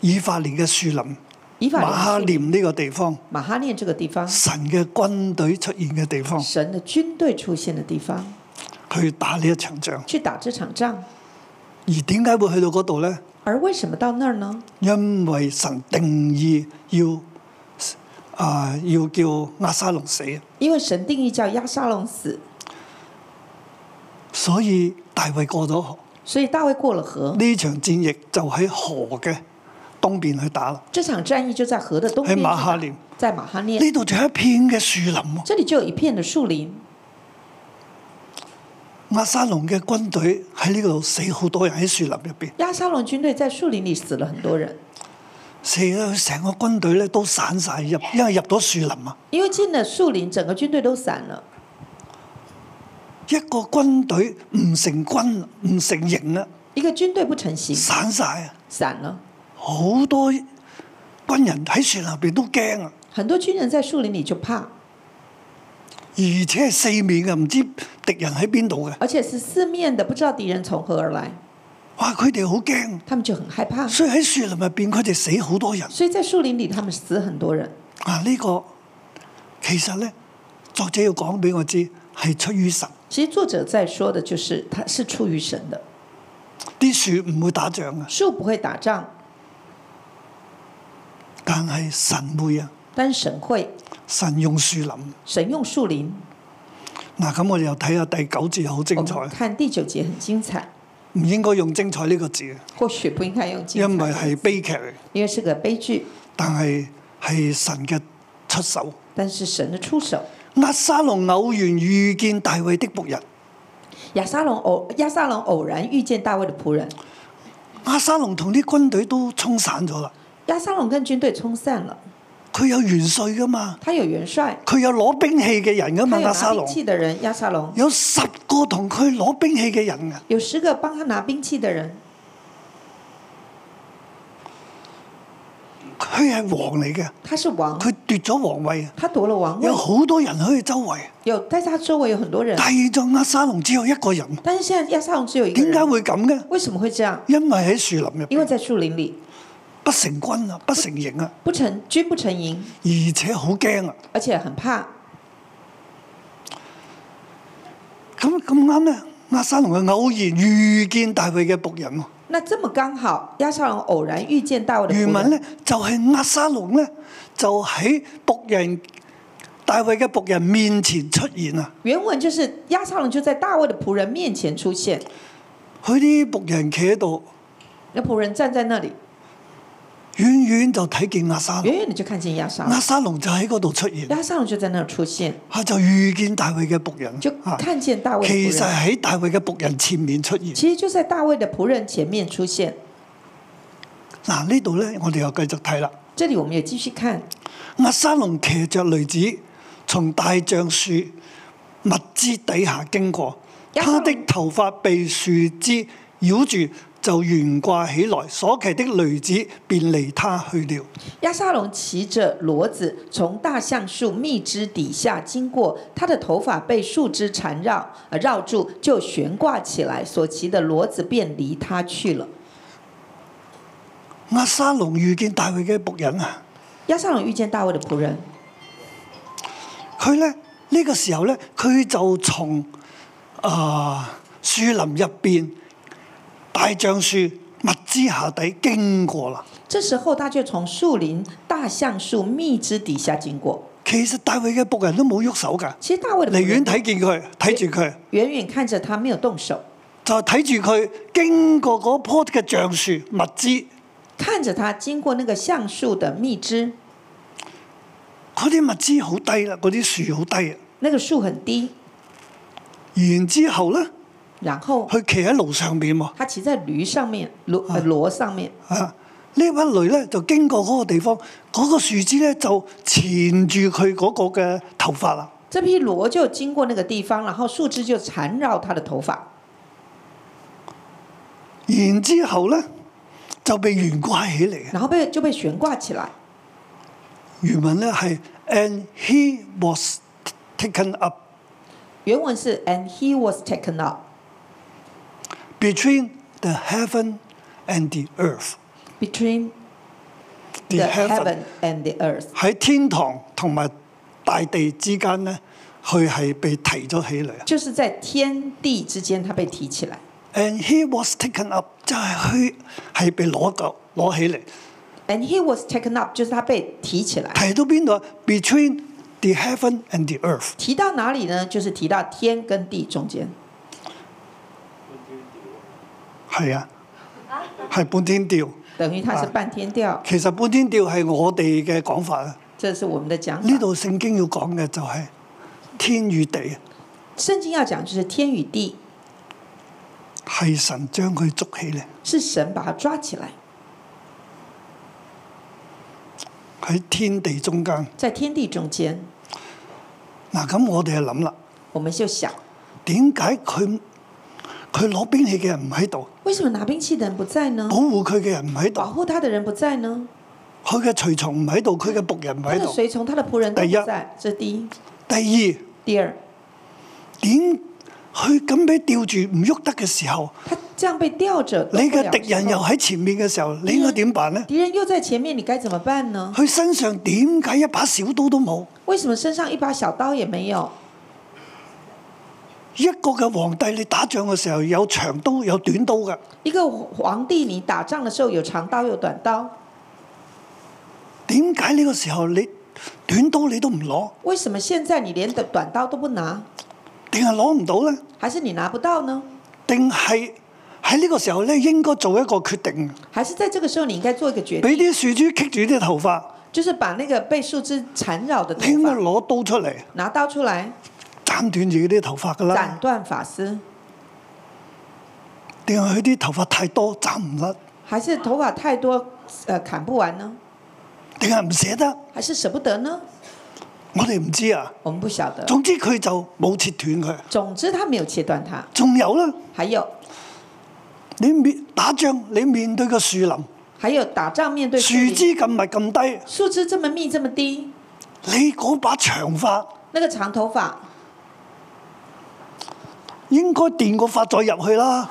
B: 以法蓮嘅樹林
C: 以法
B: 馬哈
C: 蓮的樹
B: 念呢個地方，
C: 馬哈念這個地方，
B: 神嘅軍隊出現嘅地方，
C: 神的軍隊出現的地方，
B: 去打呢一場仗。
C: 去打這場仗。
B: 而點解會去到嗰度呢？
C: 而為什麼到那兒呢？
B: 因為神定義要啊、要叫亞沙龍死，
C: 因為神定義叫押沙龍死，
B: 所以大衛過咗河。
C: 所以大衛過了河。
B: 呢場戰役就喺河嘅東邊去打啦。
C: 這場戰役就在河的東
B: 喺
C: 邊，
B: 馬哎哈念
C: 在馬哈念，
B: 呢度仲有一片嘅樹林喎，
C: 這裡就有一片的樹林。
B: 亞沙龍嘅軍隊喺呢度死好多人喺樹林入邊，
C: 押沙龍軍隊在樹林裡死了很多人，
B: 死咗佢成個軍隊咧都散晒入，因為入咗樹林啊。
C: 因為進了樹林，整個軍隊都散了。
B: 一個軍隊唔成軍唔成營啊，
C: 一個軍隊不成形，
B: 散晒啊，
C: 散了。
B: 好多軍人喺樹林入邊都驚啊。
C: 很多軍人在樹林裡就怕，
B: 而且係四面嘅，唔知敵人喺邊度嘅。
C: 而且是四面的，不知道敵人從何而來，
B: 哇！佢哋好驚，
C: 他們就很害怕。
B: 所以喺樹林入邊佢哋死好多人。
C: 所以在樹林裡，他們死很多人。
B: 啊！呢、個其實咧，作者要講俾我知係出於神，
C: 其實作者在說的就是，他是出于神的，
B: 啲樹唔會打仗啊，
C: 樹不會打仗，
B: 但係神會啊，
C: 但是神會，
B: 神用樹林。嗱、
C: 神用樹林。
B: 咁我哋又睇下第九節好
C: 我
B: 精彩
C: 們。看第九節很精彩，
B: 唔應該用精彩呢個字嘅，
C: 或许不应该用精
B: 因為
C: 彩，
B: 係悲劇嚟。
C: 因为是个悲剧。
B: 但係係神嘅出手。
C: 但是神的出手，
B: 押沙龍偶然遇見大衛的仆人，
C: 亚沙龙偶亚沙龙偶然遇见大卫的仆人，
B: 押沙龍同啲軍隊都沖散咗啦。
C: 亚沙龙跟军队冲散了。
B: 佢有元帥噶嘛，
C: 他有元帅，
B: 佢有攞兵器嘅人噶
C: 他
B: 嘛，
C: 有
B: 押
C: 拿
B: 沙
C: 兵
B: 龍
C: 器的人亚沙龙，
B: 有十個同佢攞兵器嘅人啊。
C: 有十个帮他拿兵器的人，
B: 佢係王嚟嘅，
C: 他是王，
B: 佢奪咗王位啊，
C: 他夺了王位
B: 有，好多人喺佢周圍。
C: 有但是他周围有很多人，
B: 但係就押沙龍只有一個人，
C: 但是现在亚沙龙只有一个
B: 點解
C: 人，
B: 會咁嘅？
C: 为什么会这样？
B: 因為喺樹林入
C: 因为
B: 邊
C: 在树林里
B: 不成軍啊，不成形啊，
C: 不成军不成营，
B: 而且好驚啊！
C: 而且很怕。
B: 咁咁啱咧，押沙龍佢偶然遇見大衛嘅仆人喎。
C: 那这么刚好，亚沙龙偶然遇见大卫的仆
B: 原文
C: 人，
B: 咧就係、押沙龍咧，就喺仆人大衛嘅仆人面前出現啊！
C: 原文就是亚沙龙就在大卫的仆人面前出现，
B: 佢啲仆人企喺度，
C: 那仆人站在那里，
B: 遠遠就睇見押沙龍，
C: 远远的就看见亚沙
B: 押
C: 龙，
B: 沙龍就喺嗰度出現，
C: 亚沙龙就在那儿出现，
B: 啊就遇見大衛嘅仆人，
C: 就
B: 啊
C: 看见大卫的
B: 其
C: 仆
B: 實
C: 人。
B: 喺大衛嘅仆人前面出現。
C: 其实就在大卫的仆人前面出现。
B: 嗱呢度咧，我哋又繼續睇啦。
C: 这里我们也继续看，
B: 押沙龍騎着驢子從大橡樹密枝底下經過，
C: 押
B: 他
C: 沙龍
B: 的頭髮被樹枝繞住，就懸掛起來。所騎的驢子便離他去了。
C: 亚沙龙骑着骡子从大橡树密枝底下经过，他的头发被树枝缠绕，呃绕住就悬挂起来，所骑的骡子便离他去了。
B: 押沙龍遇見大衛嘅仆人啊，
C: 亚沙龙遇见大卫的仆人，
B: 佢咧呢、呢個時候咧，佢就從啊、樹林入邊大橡樹密枝下底經過啦。
C: 这时候他就从树林大橡树密枝底下经过。
B: 其實大衛嘅仆人都冇喐手㗎，
C: 其实大卫的
B: 離
C: 仆
B: 遠
C: 人
B: 睇見佢，睇住佢。
C: 远远看着他没有动手，
B: 就睇住佢經過嗰棵嘅橡樹物枝，
C: 看着他经过那个橡树的密枝，
B: 嗰啲物枝好低啦，嗰啲樹好低啊。
C: 那个树很低，
B: 然之後咧，
C: 然后
B: 佢騎喺路上面喎，
C: 他骑在驴上面，骡呃骡上面，
B: 啊，呢一類咧就經過嗰個地方，嗰、個樹枝咧就纏住佢嗰個嘅頭髮啦。
C: 这匹骡就经过那个地方，然后树枝就缠绕他的头发，
B: 然之後咧就被懸掛起嚟嘅。
C: 然后被就被悬挂起来。
B: 原文咧係 and he was taken up
C: 原文是 “and he was taken up
B: between the heaven and the earth。
C: between
B: the
C: the
B: heaven
C: heaven and the earth”，
B: 喺天堂同埋大地之間咧，佢係被提咗起嚟。啊
C: 就是在天地之间，他被提起来。
B: And he was taken up，就係佢係被攞夠攞起嚟，
C: “and he was taken up”，就是他被提起来。
B: 提到邊度啊？Between the heaven and the earth，
C: 提到哪里呢？就是提到天跟地中间，
B: 係啊，係半天吊。
C: 等于它是半天吊。
B: 其實半天吊係我哋嘅講法啊。
C: 这是我们的讲
B: 呢
C: 法。
B: 度聖經要講嘅就係天與地啊
C: 圣经要讲就是天与地
B: 係神將佢捉起嚟，
C: 是神把它抓起来，
B: 喺天地中間。
C: 在天地中间，
B: 嗱，咁我哋就諗啦。
C: 我们就想。
B: 點解佢佢攞兵器嘅人唔喺度，
C: 为什么拿兵器的人不在呢
B: 保？護佢嘅人唔喺
C: 保
B: 度，
C: 护他的人不在呢？
B: 佢嘅隨從唔喺度，佢嘅仆人唔
C: 他
B: 喺
C: 的
B: 度。哎
C: 随从、他的仆人都
B: 等一下
C: 不在，这是第一。
B: 第二
C: 第二，
B: 點佢咁俾吊住唔喐得嘅時候，
C: 他这样被吊着，
B: 你
C: 动不
B: 嘅
C: 了
B: 敵人
C: 之
B: 又
C: 后
B: 喺前面嘅時候，你應該點辦呢？
C: 敌人又在前面，你该怎么办呢？
B: 佢身上點解一把小刀都冇？
C: 为什么身上一把小刀也没有？
B: 一個嘅皇帝，你打仗嘅時候有長刀有短刀嘅，
C: 一个皇帝，你打仗的时候有长刀有短刀，
B: 點解呢個時候你短刀你都唔攞，
C: 为什么现在你连短短刀都不拿？
B: 定係攞唔到呢？
C: 还是你拿不到呢？
B: 定係喺呢個時候咧，應該做一個決定，
C: 还是在这个时候你应该做一个决定，
B: 俾啲樹枝棘住啲頭髮，
C: 就是把那个被树枝缠绕的头
B: 你應該
C: 发
B: 攞刀出嚟
C: 拿刀出来，
B: 斬斷自己啲頭髮噶
C: 斩
B: 啦。
C: 断发丝，
B: 定係佢啲頭髮太多斬唔甩，
C: 还是头发太多呃砍不完呢？
B: 定係唔捨得？
C: 还是舍不得呢？
B: 我哋唔知啊。
C: 我们不晓得。
B: 總之佢就冇切斷佢。
C: 总之他没有切断它。
B: 仲有啦，
C: 还有
B: 你面打仗，你面對個樹林，
C: 还有打仗面对
B: 樹
C: 林
B: 枝咁密咁
C: 树枝这么密这么低，
B: 低，你嗰把長髮
C: 那个长头发
B: 應該電個髮再入去啦。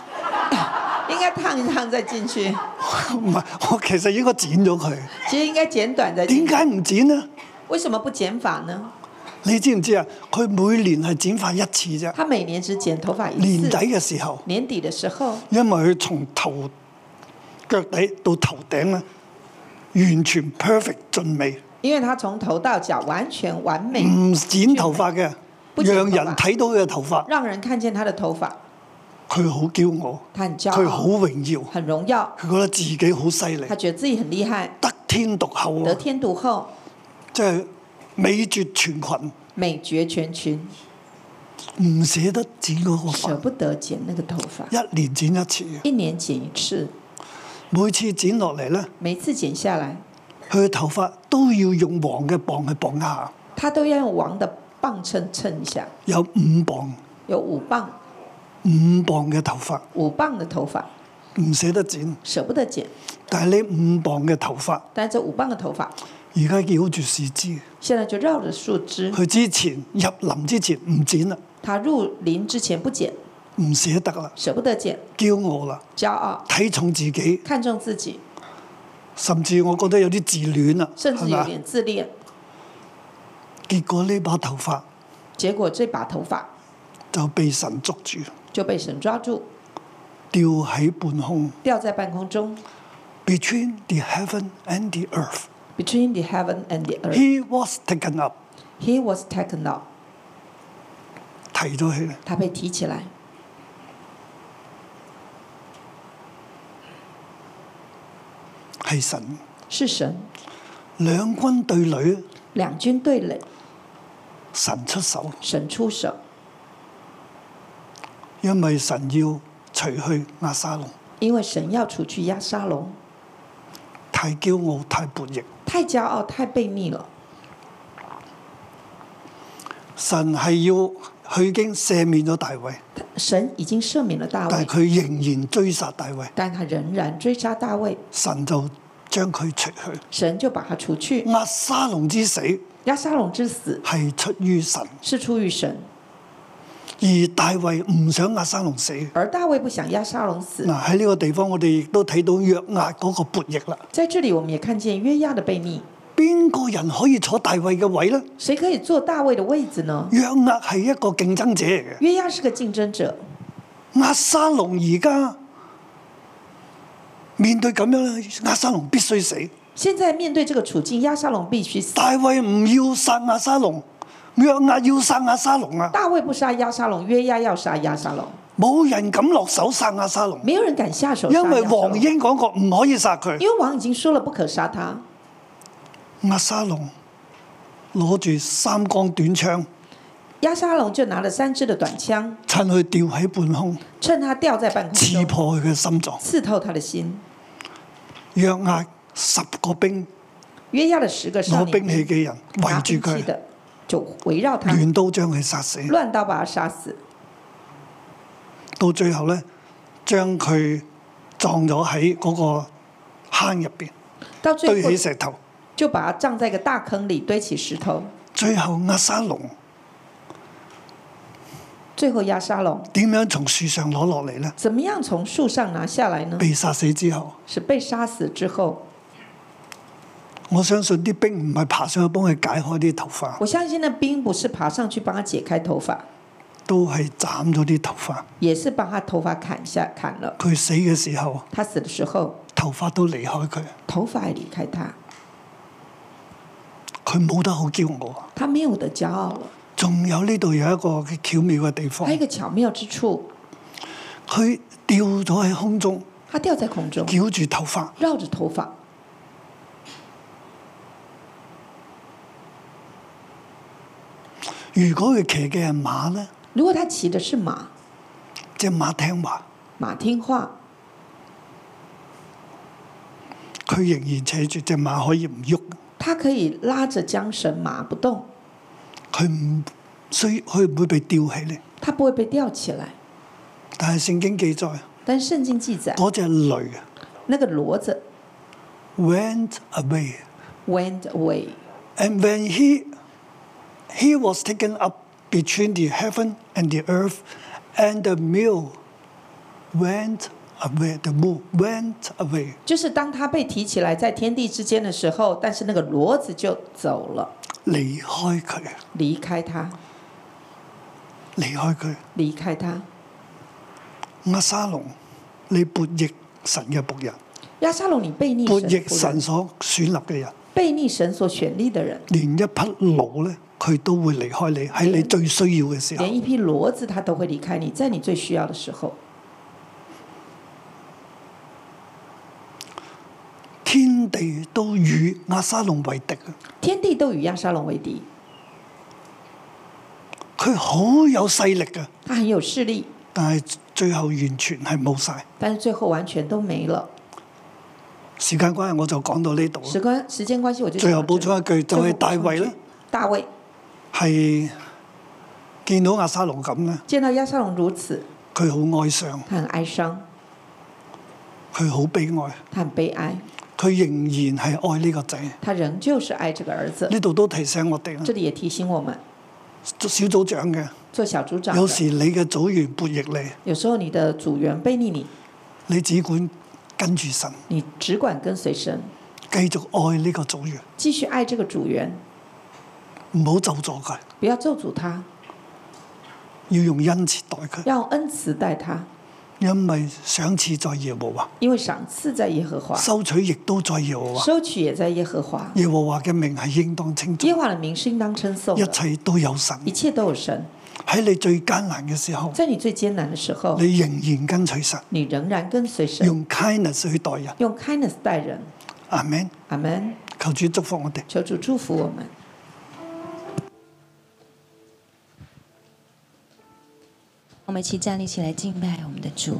C: 应该烫一烫再进去，
B: 唔係，我其實應該剪咗佢。
C: 其实应该剪短再
B: 點
C: 进去。
B: 解唔剪呢？
C: 为什么不剪发呢？
B: 你知唔知啊？佢每年係剪髮一次啫，
C: 他每年只剪头发一次，
B: 年底嘅時候，
C: 年底的时候，
B: 因為佢從頭腳底到頭頂咧，完全 perfect 盡美，
C: 因为他从头到腳完全完美，
B: 唔剪頭髮嘅，
C: 不剪頭
B: 讓
C: 髮
B: 人睇到佢嘅頭髮，
C: 让人看见他的头发，
B: 佢好驕傲，
C: 他很骄
B: 佢好
C: 傲，
B: 榮耀，
C: 很荣耀，
B: 佢覺得自己好犀利
C: 他，觉得自己很厉害，
B: 得天獨厚
C: 得
B: 啊！
C: 天独厚，
B: 即係美絕全群，
C: 美绝全群，
B: 唔捨得剪嗰個
C: 舍
B: 髮，
C: 不得剪那个头发，
B: 一年剪一次，
C: 一年剪一次，
B: 每次剪落嚟咧。
C: 每次剪下来，
B: 佢嘅頭髮都要用黃嘅磅去磅一下，
C: 他都要用王的磅秤称一下，
B: 有五磅
C: 有五磅，
B: 五磅嘅頭髮，
C: 五磅的头发
B: 唔捨得剪。
C: 舍不得剪，
B: 但係呢五磅嘅頭髮
C: 但这五磅的头发
B: 而家繞住樹枝，
C: 现在就绕着树枝，
B: 佢之前入林之前唔剪啦，
C: 他入林之前不剪，
B: 唔捨得啦，
C: 舍不得剪，
B: 驕傲啦，
C: 骄傲，
B: 睇重自己，
C: 看重自己，
B: 甚至我覺得有啲自戀啦，
C: 甚
B: 係
C: 至有
B: 咪啊？
C: 点自恋。
B: 結果呢把頭髮
C: 结果这把头发
B: 就被神捉住，
C: 就被神抓住，
B: 吊喺半空
C: 吊在半空中。
B: ，between the heaven and the earth。
C: Between the heaven and the earth,
B: He was taken up，
C: he was taken up.
B: 提咗起嚟。
C: 他被提起来，
B: 係神
C: 是神。
B: 兩軍對壘。
C: 两军对垒，
B: 神出手，
C: 神出手，
B: 因為神要除去亞沙龍，
C: 因为神要除去押沙龙，
B: 太驕傲、太叛逆。
C: 太骄傲、太悖逆了。
B: 神係要佢已經赦免咗大衛，
C: 神已经赦免了大
B: 但係
C: 卫，
B: 佢仍然追殺大衛，
C: 但他仍然追杀大卫，
B: 神就將佢除去。
C: 神就把他除去。
B: 亞沙龍之死
C: 押沙龙之死
B: 係出於神，
C: 是出于神，
B: 而大衛唔想亞沙龍死。
C: 而大卫不想押沙龙死。
B: 嗱喺呢個地方，我哋亦都睇到約押嗰個叛逆啦。
C: 在这里，我们也看见约押的悖逆。
B: 邊個人可以坐大衛嘅位呢？
C: 谁可以坐大卫的位子呢？
B: 約押係一個競爭者嚟嘅。
C: 约押是个竞争者，
B: 亞沙龍而家面對咁樣咧，亞沙龍必須死。
C: 现在面对这个處境，押沙龍必須死。
B: 大衛唔要殺亞沙龍，約押要殺亞沙龍啊！
C: 大衛不杀押沙龍，約押要杀押沙龍，
B: 冇人敢落手殺亞沙龍，
C: 没有人敢下手杀
B: 因
C: 押沙
B: 為
C: 龍
B: 黃英講過唔可以殺佢。
C: 因为王已经说了不可杀他。
B: 亞沙龍攞住三杆短槍，
C: 押沙龍就拿了三支的短槍，
B: 趁佢吊喺半空，
C: 趁他吊在半空
B: 刺
C: 中，
B: 破佢嘅心臟。
C: 刺透他的心。
B: 約押十個兵
C: 約押的十个少
B: 攞
C: 年
B: 兵器嘅人
C: 拿
B: 圍住
C: 兵器
B: 佢，
C: 的，就围绕他，
B: 亂刀將佢殺死。
C: 乱刀把他杀死，
B: 到最後咧，將佢撞咗喺嗰個坑入邊，
C: 到最
B: 堆
C: 后
B: 起石頭。
C: 就把他葬在一个大坑里，堆起石头。
B: 最後押沙龍
C: 最后押沙龍
B: 點樣從樹上攞落嚟咧？
C: 怎么样从树上拿下来呢？
B: 被殺死之後，
C: 是被杀死之后，
B: 我相信啲兵唔係爬上去幫佢解開啲頭髮，
C: 我相信那兵不是爬上去帮他解开头发，
B: 都係斬咗啲頭髮。
C: 也是帮他头发砍下砍了。
B: 佢死嘅時候，
C: 他死的时候，
B: 頭髮都離開佢，
C: 头发也离开他，
B: 佢冇得好驕傲啊。
C: 他没有的骄傲了。
B: 仲有呢度有一個嘅巧妙嘅地方
C: 还有一，個巧妙之处，
B: 佢吊咗喺空中，
C: 他吊在空中，
B: 繞住頭髮。
C: 绕着头发。
B: 如果佢騎嘅係馬咧，
C: 如果他骑的是马，
B: 只馬聽話，
C: 马听话，
B: 佢仍然扯住只馬可以唔喐，
C: 他可以拉着缰绳马不动，
B: 佢唔需佢唔會被吊起嚟。
C: 他不会被吊起来。
B: 但係聖經記載
C: 但是圣经记载，
B: 嗰只雷啊
C: 那个骡子
B: went away。
C: went away，
B: And when he he was taken up between the heaven and the earth, and the meal went away, the moon went away.
C: 就是当他被提起来在天地之间的时候，但是那个骡子就走了，
B: 離開佢，
C: 离开他，
B: 離開佢。
C: 离开他。
B: 阿沙龍，你悖逆神嘅仆人，
C: 亚沙龙，你背逆
B: 悖
C: 神
B: 逆
C: 仆人
B: 神哦所選立嘅人，
C: 背逆神所选立的人，
B: 連一匹驢咧，佢都會離開你，喺你最需要嘅時候
C: 连。一匹骡子他都会离开你，在你最需要的时候。
B: 天地都與阿沙龍為敵啊！
C: 天地都与亚沙龙为敌，
B: 佢好有勢力嘅，
C: 他很有势力，
B: 但係最後完全係冇晒。
C: 但是最后完全都没了。
B: 哦時間關係，我就講到呢度啦。
C: 时关时间关系，我就
B: 最後
C: 讲到
B: 補
C: 这
B: 充
C: 里
B: 一句，就係大
C: 最后补
B: 衛
C: 充一
B: 咧
C: 句，大衛
B: 係見到阿沙龍咁咧，
C: 见到亚沙龙如此，
B: 佢好哀傷，
C: 他很哀伤，
B: 佢好悲哀，
C: 他很悲哀，
B: 佢仍然係愛呢個仔。
C: 他仍旧是爱这个儿子。
B: 呢度都提醒我哋啦，
C: 这里也提醒我们，
B: 小組長嘅，
C: 做小组长的
B: 有時你嘅組員悖逆你，
C: 有时候你的组员背逆你，
B: 你只管跟住神，
C: 你只管跟随神，
B: 繼續愛呢個組員，
C: 继续爱这个组员，
B: 唔好咒助佢，
C: 不要咒诅他，
B: 要用恩慈待佢，
C: 要用恩慈待他，
B: 因為賞賜在耶和華，
C: 因为赏赐在耶和华，
B: 收取亦都在耶和華。
C: 收取也在耶和华。
B: 耶和華嘅名係應當稱
C: 耶
B: 頌，
C: 和华的名是应当称颂
B: 一
C: 的，
B: 切都有神。
C: 一切都有神。
B: 喺你最艱難嘅時候，
C: 在你最艰难的时候，
B: 你仍然跟隨神，
C: 你仍然跟随神，
B: 用 kindness 去待人。
C: 用 kindness 待人。
B: 阿 Man，
C: 阿门。
B: 求主祝福我哋。
C: 求主祝福我们。
D: 我们一起站立起来敬拜我们的主。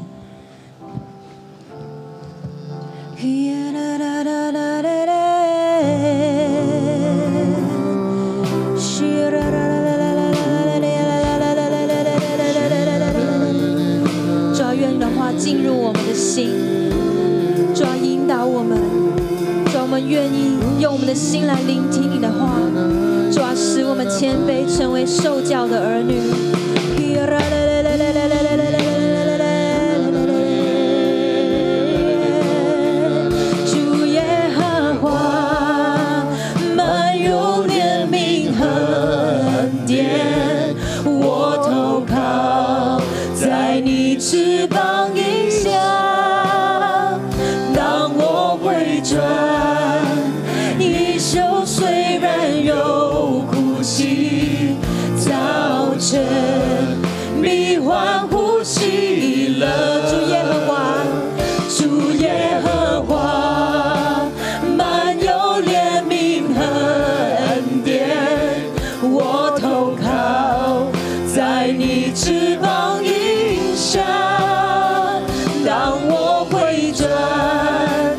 D: 主要啊愿你的话进入我们的心，主要引导我们，主要啊我们愿意用我们的心来聆听你的话，主要使我们谦卑，成为受教的儿女。主耶和华，满有怜悯和恩典，我投靠在你翅膀荫下。当我回转，衣袖虽然有哭泣，早晨迷幻呼吸了。主耶和华，主耶和华，满有怜悯和恩典，我投靠在你翅膀荫下。当我回转，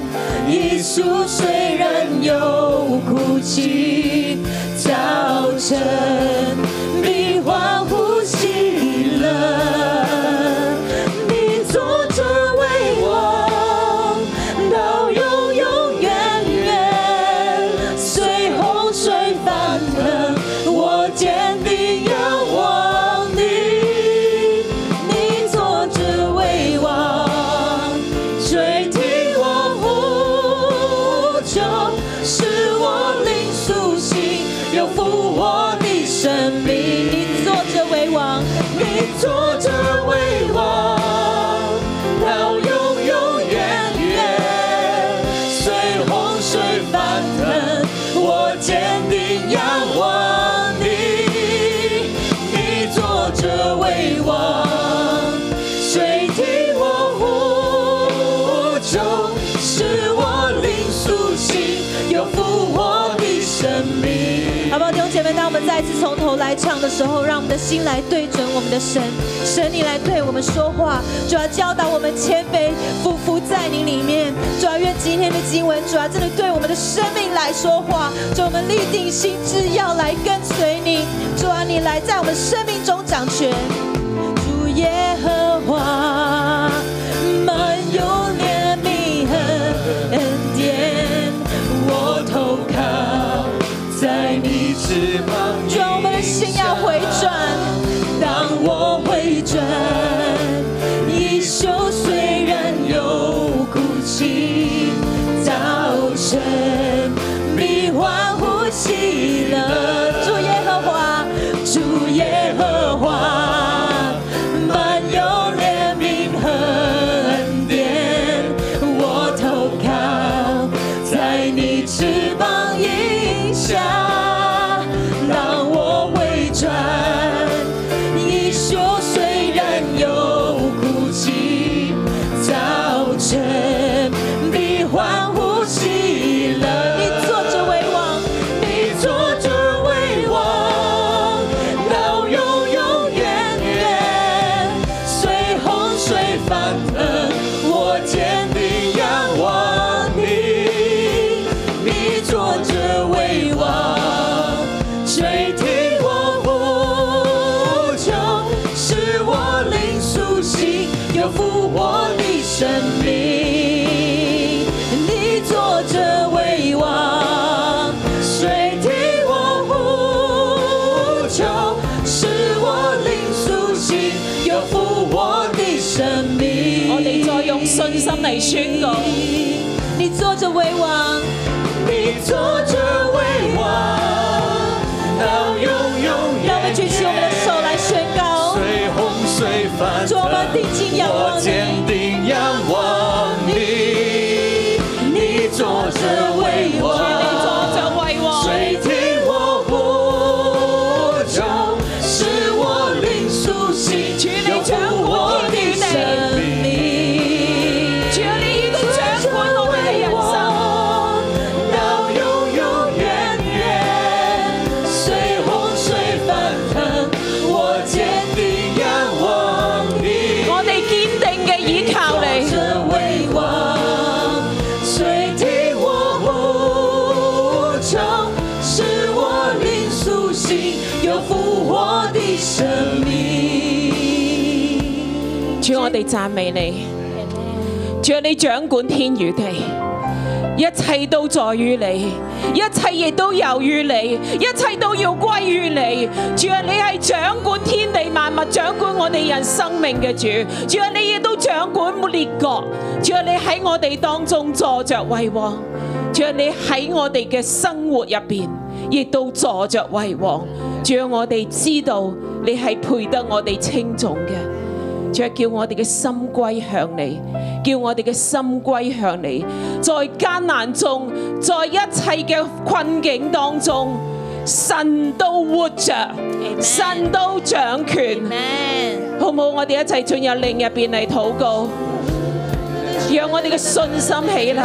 D: 耶稣虽然有哭泣，早晨迷幻呼吸了，你坐着为我到永永远远，随洪水翻腾，我坚定仰望你，你坐着为王。谁听我呼救，使我灵苏醒，又复我的生命。
E: 中，使我灵苏醒，有复活的生命。
D: 好不好，弟兄姐妹？当我们再次从头来唱的时候，让我们的心来对准我们的神，神你来对我们说话，主要教导我们谦卑，匍匐在你里面。主啊要愿今天的经文，主要啊真的对我们的生命来说话，主我们立定心志要来跟随你，主啊，你来在我们生命中掌权。主耶和华，满有怜悯和恩典，
E: 我投靠在你翅膀底
D: 主
E: 下
D: 啊，我们的心要回转。
E: 当我回转，衣袖虽然有哭泣，早晨必欢呼喜乐。
D: 主耶和华，
E: 主耶和华，满有怜悯和恩典，我投靠在你翅膀荫下，让我回转。衣袖虽然有哭泣，早晨必欢呼喜乐。
D: 你坐着为王，
E: 你坐着为王，到永永远远，随洪水翻腾，我坚定仰望你。你坐着为王，垂听我呼求，使我灵苏醒，有复活的生命。你坐着为王，谁听我呼求，使我灵苏醒，有复活的生命。
F: 我哋再用信心嚟宣告
D: 你坐着为王，
E: 你坐着为王，到永永远
D: 让我们举
E: 远。
D: 起我们的手来宣告。
E: 随洪水翻腾，
D: 主我们定睛仰望你
E: 我坚定仰望你。你坐着为
F: 主你坐
E: 王，
F: 着為王，
E: 谁听我呼求，使我灵苏醒，有复活的生命。
F: 主啊，你已經掌管我哋嘅人生。
E: 我到永永远远，随洪水翻腾，我坚定仰望你。
F: 我哋堅定嘅倚靠
E: 你
F: 你
E: 坐，着为王，谁听我呼求，使我灵苏醒，有复活的生命。
F: 主我哋讚美你，主啊，你掌管天與地。一切都在於你，一切亦都由於你，一切都要歸於你。主啊，你係掌管天地萬物，掌管我哋人生命嘅主。主啊，你亦都掌管列國。主啊，你喺我哋當中坐着為王。主啊，你喺我哋嘅生活入邊，亦都坐着為王。主啊，我哋知道你係配得我哋稱重嘅。主啊，叫我哋嘅心歸向你，叫我哋嘅心歸向你，在艱難中，在一切嘅困境當中，神都活着，神都掌權。好唔好？我哋一齊進入另一邊嚟禱告，讓我哋嘅信心起嚟，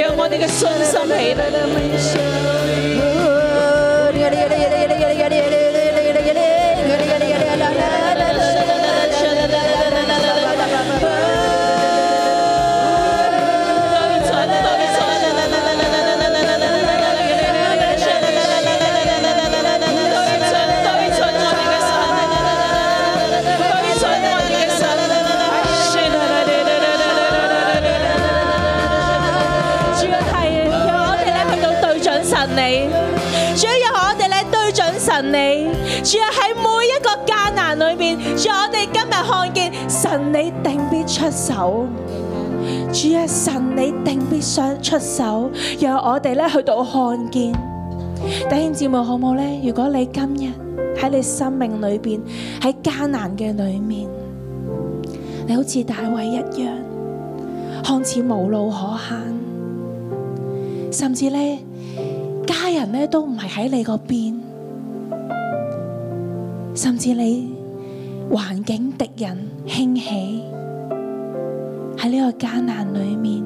F: 讓我哋嘅信心起嚟。
D: 主啊，係讓我哋咧去到對準神你，主啊，讓我哋咧對準神你，主啊喺每一個艱難裏面，主啊我哋今日看見神你定必出手。主啊，神你定必想出手，讓我哋咧去到看見。弟兄姊妹好唔好咧？如果你今日喺你生命裏邊喺艱難嘅裏面，你好似大衛一樣，看似無路可行。甚至咧家人咧都唔係喺你嗰邊，甚至你環境敵人興起，喺
G: 喺呢個艱難裏面，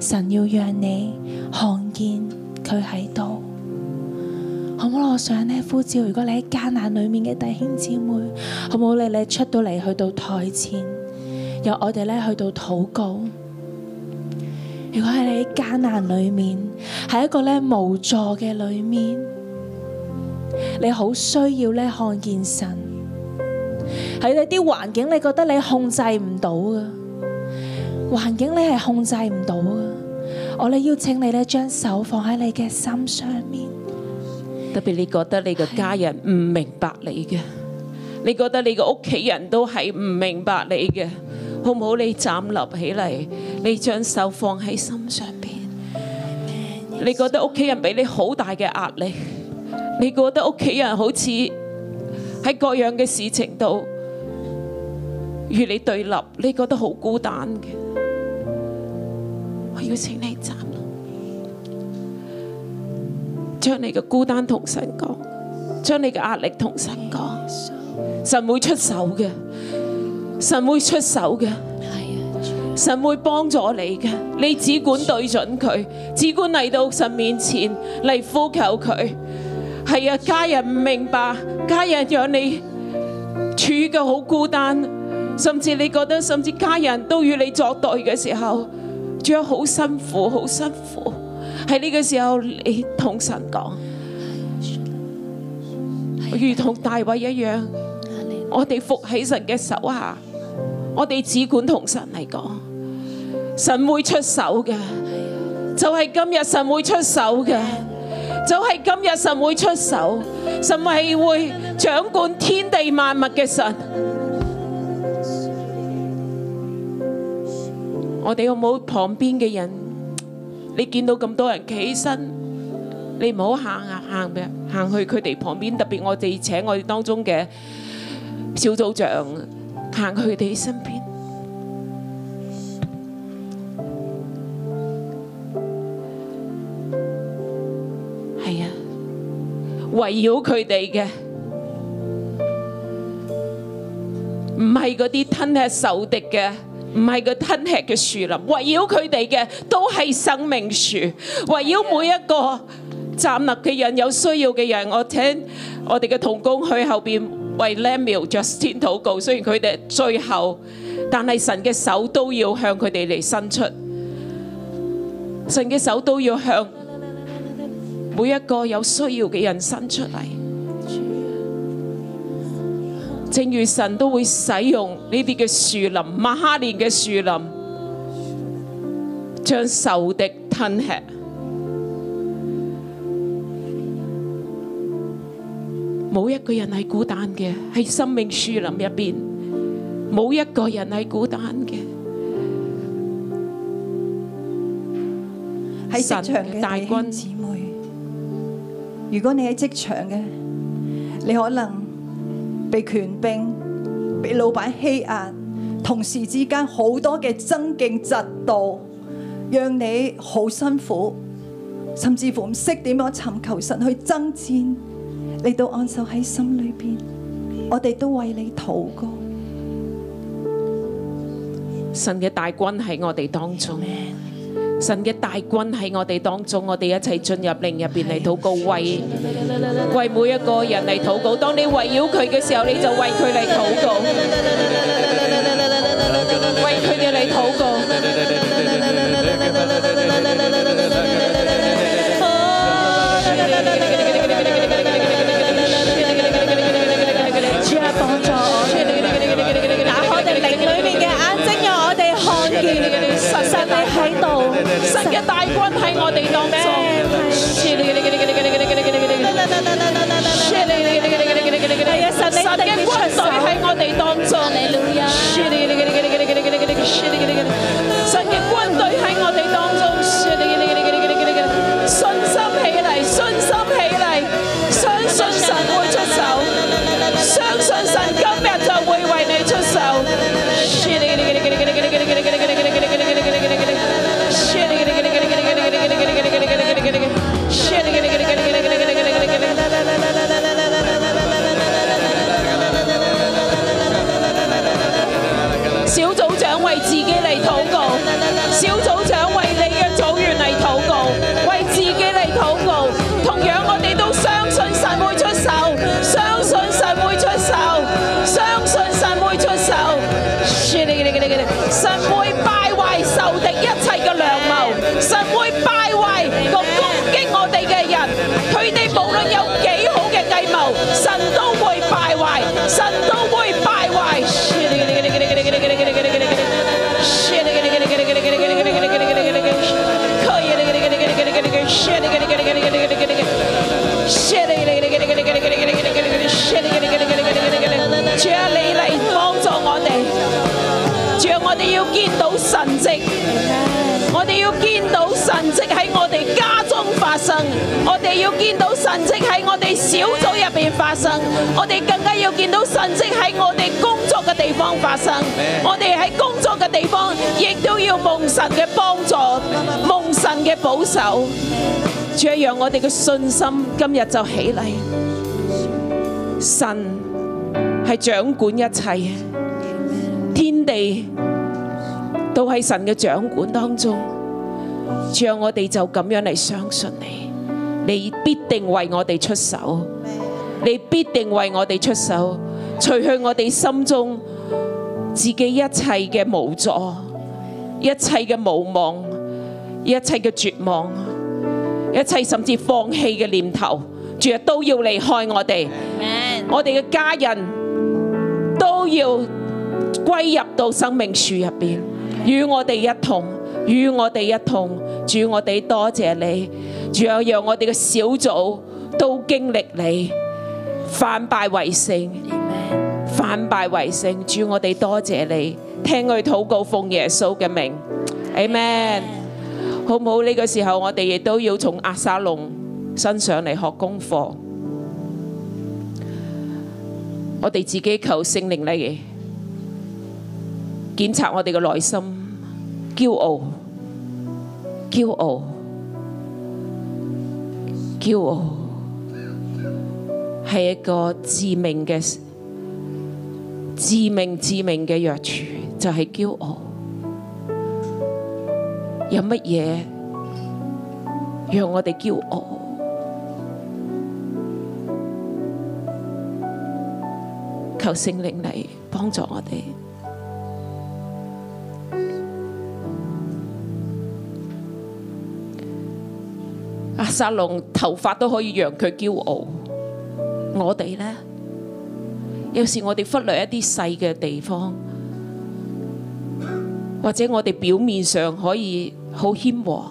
G: 神要讓你看見佢喺度。好唔好？我想咧呼召，如果你喺艱難裏面嘅弟兄姊妹，好唔好？你你出到嚟去到台前，由我哋咧去到禱告。如果喺你艱難裏面，喺一個咧無助嘅裏面，你好需要咧看見神。喺你啲環境，你覺得你控制唔到嘅環境，你係控制唔到嘅。我哋邀請你咧，將手放喺你嘅心上面。
F: 特別你覺得你嘅家人唔明白你嘅，你覺得你嘅屋企人都係唔明白你嘅，好唔好？你站立起嚟，你將手放喺心上邊。你覺得屋企人俾你好大嘅壓力，你覺得屋企人好似喺各樣嘅事情度與你對立，你覺得好孤單嘅。我邀請你站立。將你嘅孤單同神講，將你嘅壓力同神講，神會出手嘅，神會出手嘅，神會幫助你嘅，你只管對準佢，只管嚟到神面前嚟呼求佢。係啊，家人唔明白，家人讓你處嘅好孤單，甚至你覺得甚至家人都與你作對嘅時候，仲有好辛苦，好辛苦。喺呢個時候，你同神講，如同大衛一樣，我哋伏喺神嘅手下，我哋只管同神嚟講，神會出手嘅，就係今日神會出手嘅。就係今日神會出手，神係會掌管天地萬物嘅神。我哋有冇旁邊嘅人？你見到咁多人企起身，你唔好行行行嘅行去佢哋旁邊，特別我哋請我哋當中嘅小組長行去佢哋身邊。係啊，圍繞佢哋嘅，唔係嗰啲吞吃仇敵嘅。唔係佢吞吃嘅樹林，圍繞佢哋嘅都係生命樹，圍繞每一個站立嘅人、有需要嘅人，我請我哋嘅童工去後邊為 Lemuel Justin 禱告。雖然佢哋最後，但係神嘅手都要向佢哋嚟伸出，神嘅手都要向每一個有需要嘅人伸出嚟，正如神都會使用呢啲嘅樹林，馬哈連嘅樹林，將仇敵吞吃。冇一個人係孤單嘅，喺生命樹林入邊，冇一個人係孤單嘅。
H: 喺
F: 神
H: 職場
F: 嘅大
H: 嘅弟
F: 軍
H: 兄姊妹，如果你喺職場嘅，你可能被權柄、被老闆欺壓，同事之間好多嘅爭競嫉妒，讓你好辛苦，甚至乎唔識點樣尋求神去爭戰，你都安守喺心裏邊。我哋都為你禱告，
F: 神嘅大軍喺我哋當中，神嘅大軍喺我哋當中，我哋一齊進入靈入邊嚟禱告，為為每一個人嚟禱告。當你圍繞佢嘅時候，你就為佢嚟禱告，為佢哋嚟禱告。
G: 主啊，幫助我哋，打開我哋靈裏面嘅眼睛，讓我哋看見神神你喺度，
F: 神嘅大軍喺我哋當中。
G: 係啊，神你
F: 神
G: 我哋
F: 嘅
G: 要
F: 軍隊
G: 出手。
F: 喺我哋當中。神嘅軍隊喺我哋當中。信心起嚟，信心起嚟，相信神會出手，相信神今日就會為你出手。迹喺我哋家中發生，我哋要見到神迹喺我哋小組入边發生，我哋更加要見到神迹喺我哋工作嘅地方發生。我哋喺工作嘅地方，亦都要蒙神嘅幫助，蒙神嘅保守。主啊，讓我哋嘅信心今日就起嚟。神係掌管一切，天地都喺神嘅掌管當中。主啊，我哋就咁樣嚟相信你，你必定為我哋出手，你必定為我哋出手，除去我哋心中自己一切嘅無助、一切嘅無望、一切嘅絕望、一切甚至放棄嘅念頭，主啊都要離開我哋。我哋嘅家人都要歸入到生命樹入邊，與我哋一同，與我哋一同。主，我哋多謝你，主啊，讓我哋嘅小組都經歷你，反敗為勝，反敗為勝。主，我哋多謝你，聽佢禱告，奉耶穌嘅名，Amen。好唔好？呢、個時候，我哋亦都要從阿撒龍身上嚟學功課。我哋自己求聖靈嚟檢查我哋嘅內心，驕傲、驕傲、驕傲，係一個致命嘅、致命、致命嘅弱處，就係、驕傲。有乜嘢讓我哋驕傲？求聖靈嚟幫助我哋。阿撒龍頭髮都可以讓佢驕傲，我哋呢？有時我哋忽略一啲細嘅地方，或者我哋表面上可以好謙和，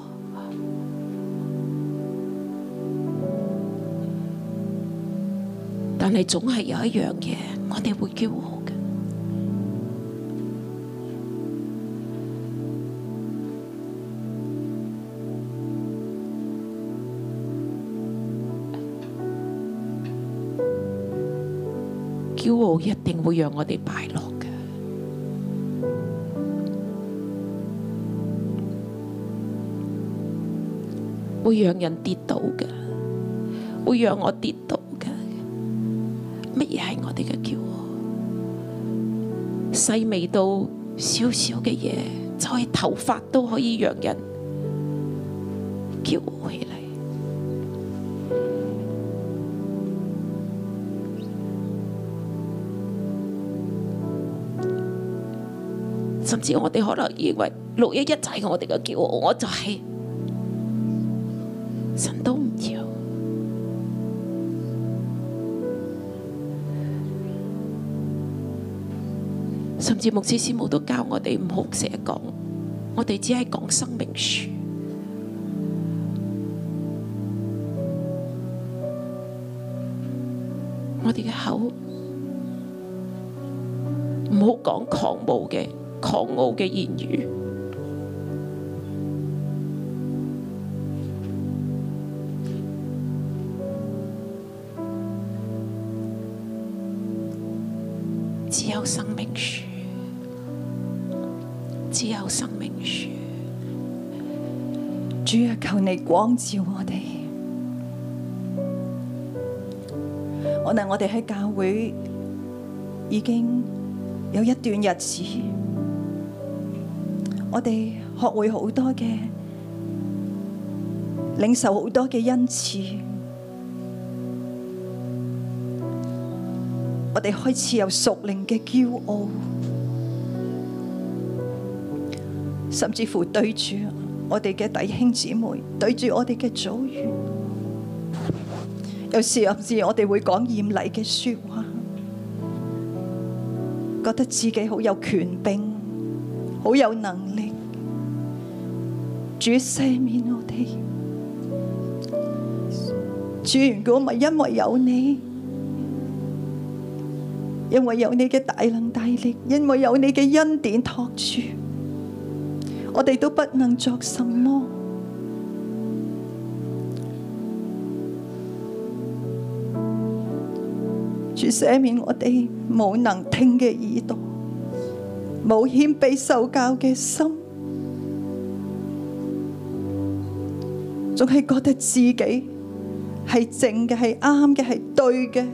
F: 但係總係有一樣嘢，我哋會驕傲嘅。驕傲一定會讓我哋敗落嘅。會讓人跌倒嘅，會讓我跌倒嘅。乜嘢係我哋嘅驕傲？細微到少少嘅嘢，就係頭髮都可以讓人驕傲起嚟。甚至我哋可能以為六一一就係我哋嘅驕傲，我就係、神都唔要。甚至牧師師母都教我哋唔好成日講，我哋只係講生命樹。我哋嘅口唔好講狂傲嘅狂傲嘅言語。只有生命樹，只有生命樹。
H: 主啊，求你光照我哋。可能我哋喺教會已經有一段日子，我哋學會好多嘅，領受好多嘅恩賜，我哋開始有屬靈嘅驕傲，甚至乎對住我哋嘅弟兄姊妹，對住我哋嘅組員。有時甚至我哋會講厭禮嘅説話，覺得自己好有權柄，好有能力。主赦免我哋。主，如果唔係因為有你，因為有你嘅大能大力，因為有你嘅恩典托住，我哋都不能作什麼。主赦免我哋冇能聽嘅耳朵，冇謙卑受教嘅心，總係覺得自己係正嘅、係啱嘅、係對嘅，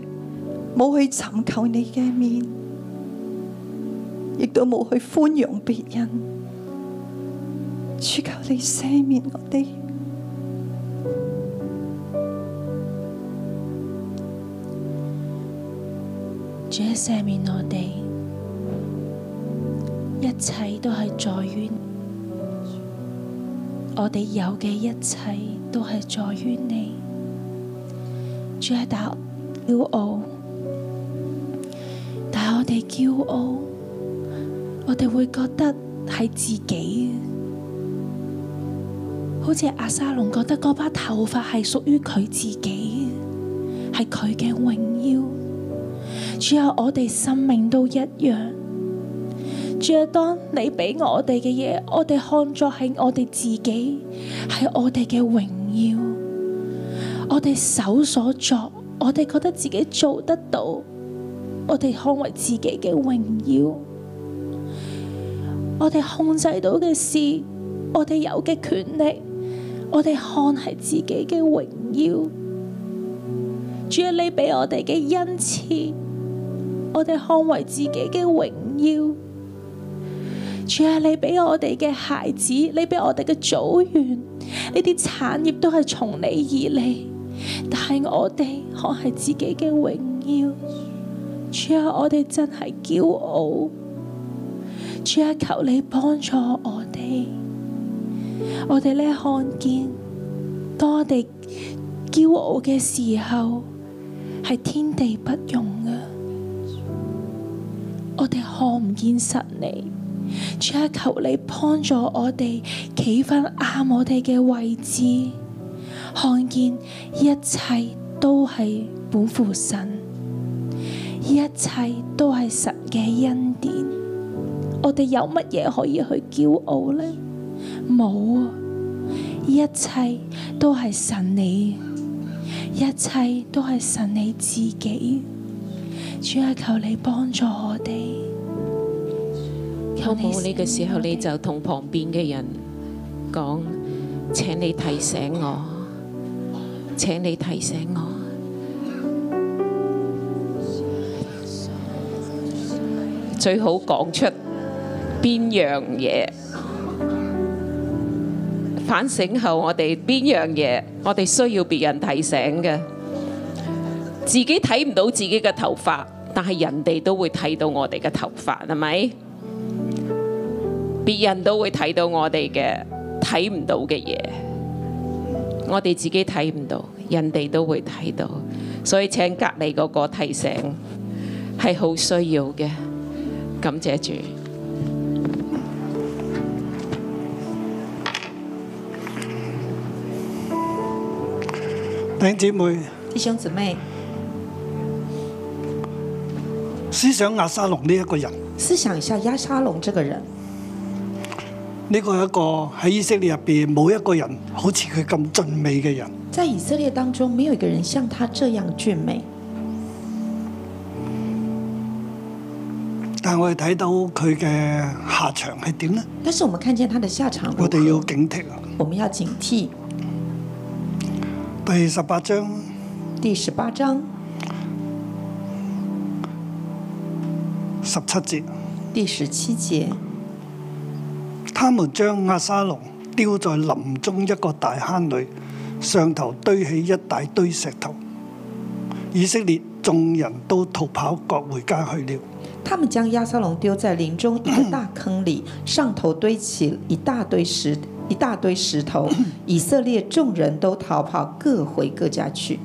H: 冇去尋求你嘅面，亦都冇去寬容別人。主求你赦免我哋。
G: 主啊赦免我哋，一切都係在於我哋有嘅一切都係在於你。主啊，打驕傲，但係我哋驕傲，我哋會覺得係自己嘅，好似阿沙龍覺得嗰把頭髮係屬於佢自己嘅，係佢嘅榮耀。主啊，我哋生命都一樣。主啊，當你俾我哋嘅嘢，我哋看作係我哋自己，係我哋嘅榮耀，我哋手所作，我哋覺得自己做得到，我哋看為自己嘅榮耀，我哋控制到嘅事，我哋有嘅權力，我哋看係自己嘅榮耀。主啊，你俾我哋嘅恩賜，我哋看為自己嘅榮耀。主啊，你俾我哋嘅孩子，你俾我哋嘅組員，呢啲產業都係從你而嚟，但係我哋看係自己嘅榮耀。主啊，我哋真係驕傲。主啊，求你幫助我哋，我哋呢看見，當我哋驕傲嘅時候係天地不容啊嘅。我哋看唔見實你，主啊，求你幫助我哋企翻啱我哋嘅位置，看見一切都係本乎神，一切都係神嘅恩典。我哋有乜嘢可以去驕傲呢？冇啊！一切都係神你，一切都係神你自己。主啊，求你幫助我哋。
E: 好
G: 求你
E: 冇呢個時候，你就同旁邊嘅人講：請你提醒我，請你提醒我。最好講出邊樣嘢。反省後，我哋邊樣嘢我哋需要別人提醒嘅？自己睇唔到自己嘅頭髮，但係人哋都會睇到我哋嘅頭髮，係咪？別人都會睇到我哋嘅睇唔到嘅嘢，我哋自己睇唔到，人哋都會睇到，所以請隔離嗰個提醒係好需要嘅，感謝主。
B: 弟兄姊妹，
C: 弟兄姊妹，
B: 思想亞沙龍呢一個人，
C: 思想一下押沙龙这个人，
B: 呢個係一個喺以色列入邊冇一個人好似佢咁俊美嘅人。
C: 在以色列当中没有一个人像他这样俊美，
B: 但係我哋睇到佢嘅下場係點呢？
C: 但是我们看见他的下场如何，
B: 我哋要警惕啊！
C: 我们要警惕。
B: 第十八章
C: 第十八章
B: 十七節，
C: 第十七节，
B: 他們將亞沙龍丟在林中一個大坑裏，上頭堆起一大堆石頭。以色列眾人都逃跑，各回家去了。
C: 他们将押沙龙丢在林中一个大坑里，上头堆起一大堆石一大堆石头。以色列众人都逃跑，各回各家去。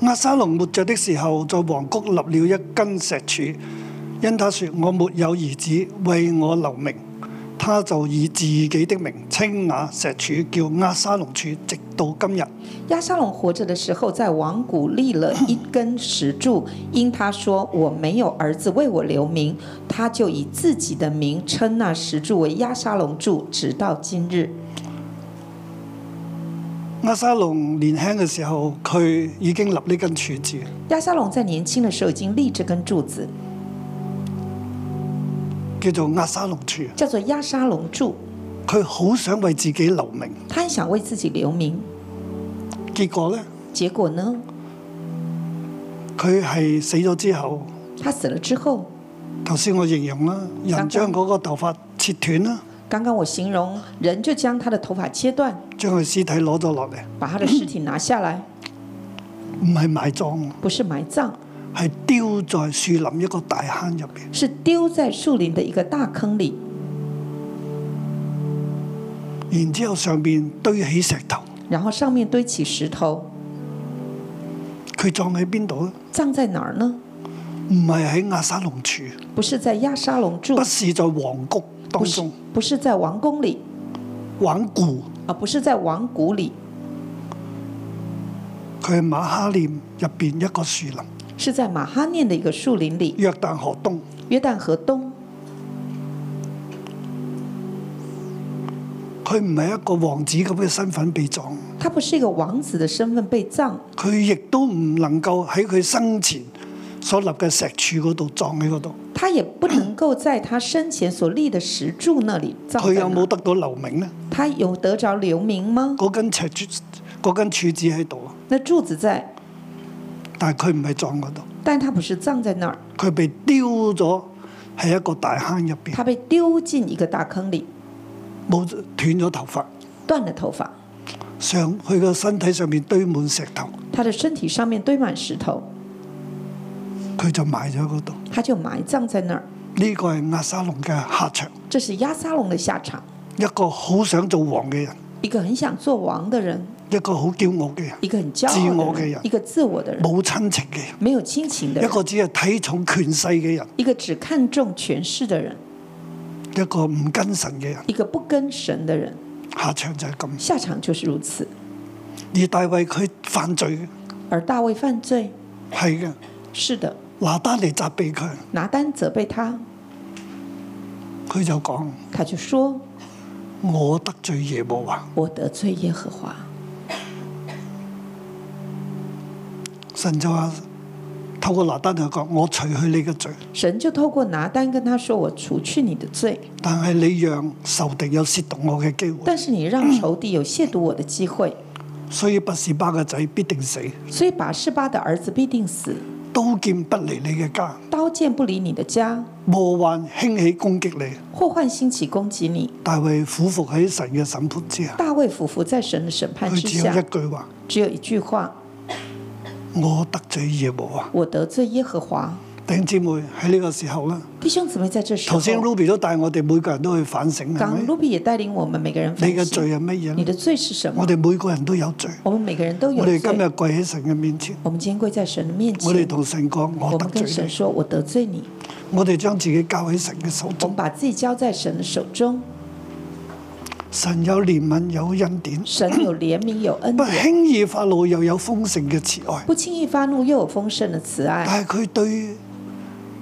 B: 亞沙龍活着的時候，在王谷立了一根石柱，因他說：我沒有兒子為我留名，他就以自己的名稱那石柱叫亞沙龍柱，直到今日。
C: 押沙龙活着的时候，在王谷立了一根石柱，因他说我没有儿子为我留名，他就以自己的名称那石柱为押沙龙柱，直到今日。
B: 亞沙龍年輕嘅時候，佢已經立呢根柱子，
C: 亚沙龙在年轻的时候已经立这根柱子，
B: 叫做亞沙龍柱。
C: 叫做亚沙龙柱。
B: 佢好想為自己留名，
C: 他很想为自己留名，
B: 結果呢，
C: 结果呢，
B: 佢係死咗之後，
C: 他死了之后，
B: 頭先我形容啦，人將嗰個頭髮切斷啦，
C: 刚刚我形容人就将他的头发切断，
B: 將佢屍體攞咗落嚟，
C: 把他的尸体拿下来，
B: 唔係埋葬，
C: 不是埋葬，
B: 係丟在樹林一個大坑入邊。
C: 是丢在树林的一个大坑里，
B: 然之後上邊堆起石頭，
C: 然后上面堆起石头，
B: 佢葬喺邊度咧？
C: 葬在哪儿呢？
B: 唔係喺亞沙龍柱，
C: 不是在亚沙龙柱
B: 不，是在皇谷當
C: 不是
B: 中，
C: 不是在王宫里，
B: 玩固
C: 啊，不是在王谷里，
B: 佢喺馬哈念入邊一個樹林，
C: 是在马哈念的一个树林里，
B: 約旦河東。
C: 约旦河东。
B: 佢唔係一個王子咁嘅身份被葬，
C: 他不是一个王子的身份被葬，
B: 佢亦都唔能夠喺佢生前所立嘅石柱嗰度葬喺嗰度。
C: 他也不能够在他生前所立的石柱那里葬在
B: 佢
C: 哪。
B: 有冇得到留名呢？
C: 他有得着留名吗？
B: 嗰根石柱，嗰根柱子喺度，啊
C: 那柱子在，
B: 但係佢唔係葬嗰度，
C: 但他不是葬在那儿，
B: 佢被丟咗喺一個大坑入邊，
C: 他被丢进一个大坑里，
B: 冇斷咗頭髮。
C: 断了头发，
B: 上佢個身體上面堆滿石頭，
C: 他的身体上面堆满石头，
B: 佢就埋咗嗰度。
C: 他就埋葬在那儿。
B: 呢個係亞沙龍嘅下場，
C: 这是押沙龙的下场，
B: 一個好想做王嘅人，
C: 一个很想做王的人，
B: 一個好驕傲嘅人，
C: 一个很骄傲的
B: 自我的
C: 人
B: 人，
C: 一个自我的人，
B: 冇親情嘅
C: 没有亲情的
B: 人，一
C: 人，
B: 個只係睇重權勢嘅人，
C: 一个只看重权势的人，
B: 一個唔跟神嘅人。
C: 一个不跟神的人，
B: 下場就係咁。
C: 下場就是如此。
B: 而大衛佢犯罪嘅，
C: 而大卫犯罪，
B: 係嘅，
C: 是的，
B: 拿單嚟責備佢，
C: 拿单责备他，
B: 佢就講：
C: 他就说
B: 我得罪耶和華，：“
C: 我得罪耶和华。”
B: 神就話透過拿單就講：我除去你嘅罪，
C: 神就透过拿单跟他说：“我除去你的罪，
B: 但係你讓仇敵有褻瀆我嘅機會，
C: 但是你让仇敌有亵渎我的机会，
B: 所以拔士巴嘅仔必定死，
C: 所以把示巴的儿子必定死，
B: 刀劍不離你嘅家。
C: 刀剑不离你的家，
B: 禍患興起攻擊你，
C: 祸患兴起攻击你。
B: 大衛俯伏喺神嘅審判之”下，
C: 大卫俯伏在神的审判
B: 佢
C: 之
B: 只有一
C: 下，
B: 句話：
C: 只有一句話：“
B: 我得罪耶和華。
C: 我得罪耶和华。”
B: 弟兄姊妹喺呢個時候啦，
C: 弟兄姊妹，在这时
B: 頭先
C: 候，
B: Ruby 都帶我哋每個人都去反省，係
C: 刚
B: 咪？
C: Ruby 也带领我们每个人
B: 你
C: 反
B: 嘅
C: 省
B: 罪，係乜嘢
C: 你
B: 咧？
C: 的罪是什么
B: 我？哋每個人都有罪，
C: 我们每个人都有
B: 我哋
C: 罪。
B: 今日跪喺神嘅面前，
C: 我们今天跪在神的面前，
B: 我哋同神講：我
C: 我
B: 得
C: 们跟
B: 罪
C: 神
B: 你。
C: 说：“我得罪你。
B: 我哋將自己交喺神嘅手”
C: 我们
B: 中，
C: 把自己交在神的手中。
B: 神有憐憫，有恩典，
C: 神 有怜悯，有恩
B: 不
C: 典，
B: 輕易發怒，又有豐盛嘅慈愛。
C: 不轻易发怒，又有丰盛的慈爱。
B: 但係佢對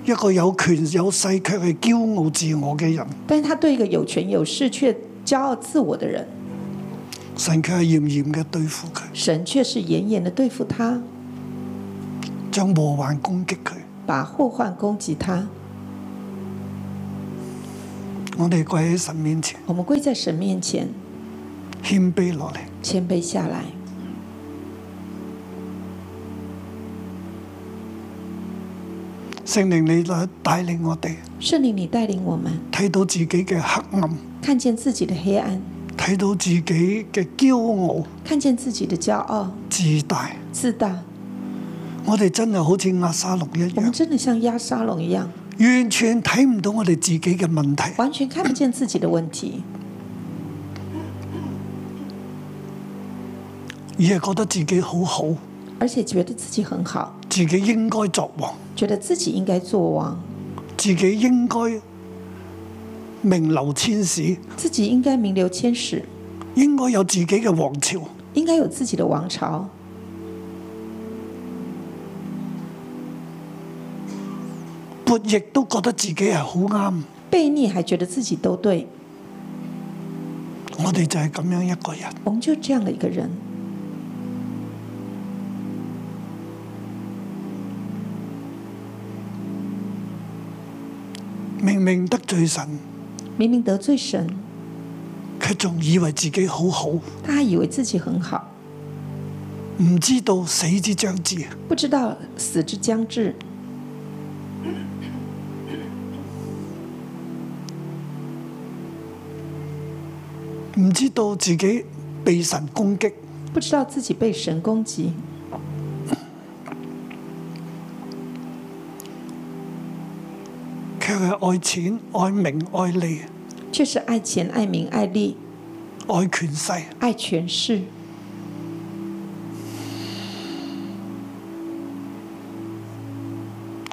B: 一個有權有勢卻係驕傲自我嘅人，
C: 但是他对一个有权有势却骄傲自我的人，
B: 神卻係嚴嚴嘅對付佢，
C: 神却是严严的对付他，
B: 將禍患攻擊佢。
C: 把祸患攻击他。
B: 我哋跪喺神面前，
C: 我们跪在神面前，
B: 謙卑落嚟。
C: 谦卑下来。
B: 聖靈你帶帶領我哋
C: 圣灵，你带领我们
B: 睇到自己嘅黑暗，
C: 看见自己的黑暗，
B: 睇到自己嘅驕傲
C: 看见自己的骄傲、
B: 自大。
C: 自大。
B: 我哋真係好似壓沙龍一
C: 我
B: 樣，
C: 们真的像压沙龙一样，
B: 完全睇唔到我哋自己嘅問題。
C: 完全看不见自己的问题，
B: 而係覺得自己好好，
C: 而且觉得自己很好，
B: 自己應該作王，
C: 觉得自己应该做王，
B: 自己應該名流千史，
C: 自己应该名留千史，
B: 應該有自己嘅王朝。
C: 应该有自己的王朝。
B: 勃亦都覺得自己係好啱，
C: 悖逆还觉得自己都对，
B: 我哋就係咁樣一個人。
C: 我们就这样的一个人，
B: 明明得罪神，
C: 明明得罪神，
B: 卻仲以為自己好好，
C: 他还以为自己很好，
B: 唔知道死之將至。
C: 不知道死之将至。
B: 唔知道自己被神攻擊，
C: 不知道自己被神攻击，
B: 卻係愛錢、愛名、愛利、
C: 却是爱钱、爱名、爱利、
B: 愛權勢，
C: 爱权势，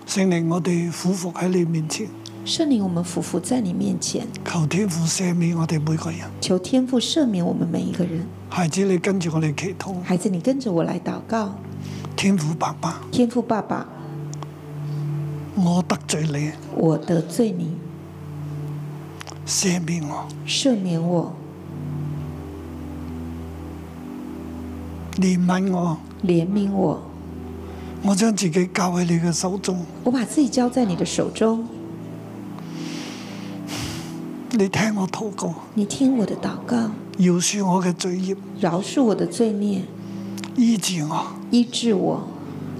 B: 聖靈我哋俯伏喺你面前，
C: 圣灵，我们俯伏在你面前，
B: 求天父赦免我哋每個人。
C: 求天父赦免我们每一个人。
B: 孩子，你跟住我哋祈禱，
C: 孩子，你跟着我来祷告，
B: 天父爸爸，
C: 天父爸爸，
B: 我得罪你，
C: 我得罪你，
B: 赦免我。
C: 赦免我，
B: 憐憫我，
C: 怜悯我，
B: 我將自己交喺你嘅手中，
C: 我把自己交在你的手中，
B: 你聽我禱告，
C: 你听我的祷告，
B: 饒恕我嘅罪孽，
C: 饶恕我的罪孽，
B: 醫治我，
C: 医治我，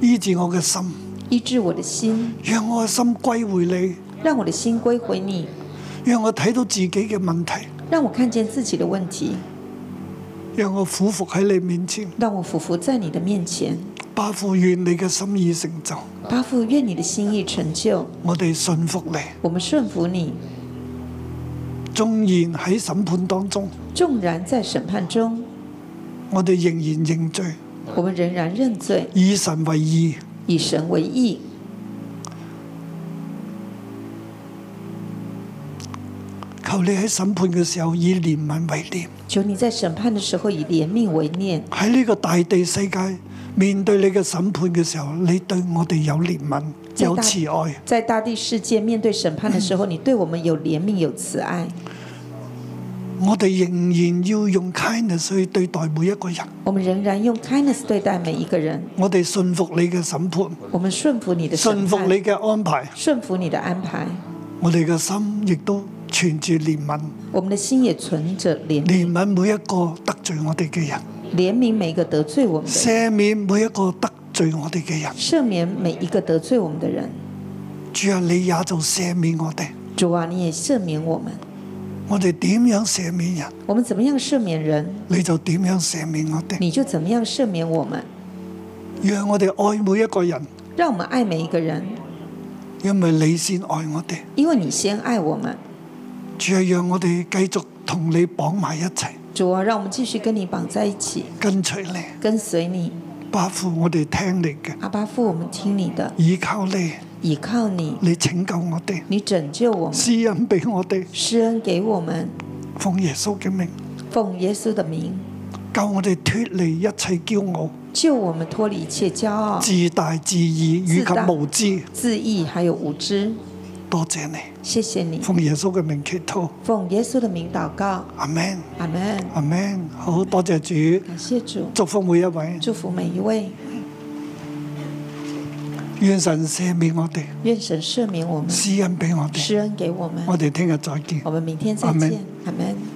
B: 醫治我嘅心，
C: 医治我的心，
B: 讓我嘅心歸回你，
C: 让我的心归回你，
B: 讓我睇到自己嘅問題，
C: 让我看见自己的问题，
B: 讓我俯伏喺你面前，
C: 让我俯伏在你的面前。
B: 巴父願你嘅心意成就，
C: 八父，愿你的心意成就，
B: 我哋信服你。
C: 我们顺服你。
B: 縱然喺審判當中，
C: 纵然在审判中，
B: 我哋仍然認罪，
C: 我们仍然认罪，
B: 以神為義，
C: 以神为义，
B: 求你喺審判嘅時候以憐憫為念。
C: 求你在审判的时候以怜悯为念。
B: 喺呢個大地世界面對你嘅審判嘅時候，你對我哋有憐憫、
C: 最大
B: 有慈愛。
C: 在大地世界面对审判的时候，你对我们有怜悯、有慈爱。
B: 我哋仍然要用 kindness 去對待每一個人。
C: 我们仍然用 kindness 对待每一个人，
B: 我哋信服你嘅審判，
C: 我们顺服你的审
B: 信服
C: 判，
B: 你嘅安排。
C: 顺服你的安排。
B: 我哋嘅心亦都存住憐憫，
C: 我们的心也存着怜
B: 憐
C: 悯，
B: 憫每一個得罪我哋嘅人，
C: 怜悯每一个得罪我们的人，
B: 赦免每一個得罪我哋嘅人。
C: 赦免每一个得罪我们的人。
B: 主啊，你也就赦免我哋。
C: 主啊，你也赦免我们。
B: 我哋點樣赦免人，
C: 我们怎么样赦免人，
B: 你就點樣赦免我哋。
C: 你就怎么样赦免我们。
B: 讓我哋愛每一個人，
C: 让我们爱每一个人，
B: 因為你先愛我哋。
C: 因为你先爱我们。
B: 主啊，讓我哋繼續同你綁埋一齊，
C: 主啊，让我们繼續跟你綁在一起，
B: 跟隨你。
C: 跟隨你。
B: 巴父，我哋聽你嘅，
C: 阿巴父，我們聽你的，
B: 倚靠你，
C: 倚靠你，
B: 你拯救我哋，
C: 你拯救我們，
B: 施恩俾我哋，
C: 施恩給我們，
B: 奉耶穌嘅名，
C: 奉耶穌的名，
B: 救我哋脱離一切驕傲、
C: 救我們脫離一切驕傲、
B: 自大、自義以
C: 自大
B: 及無知。
C: 自義還有無知。
B: 多謝你，
C: 謝謝你，
B: 奉耶穌嘅名祈禱，
C: 奉耶穌的名禱告，
B: 阿 Man，
C: 阿門。
B: 阿 Man，好多謝主，
C: 感謝主，
B: 祝福每一位，
C: 祝福每一位，
B: 願神赦免我哋，
C: 願神赦免我們，
B: 施恩俾我哋。
C: 施恩給我們。
B: 我哋聽日再見。
C: 我們明天再
B: 阿門
C: 見，阿門。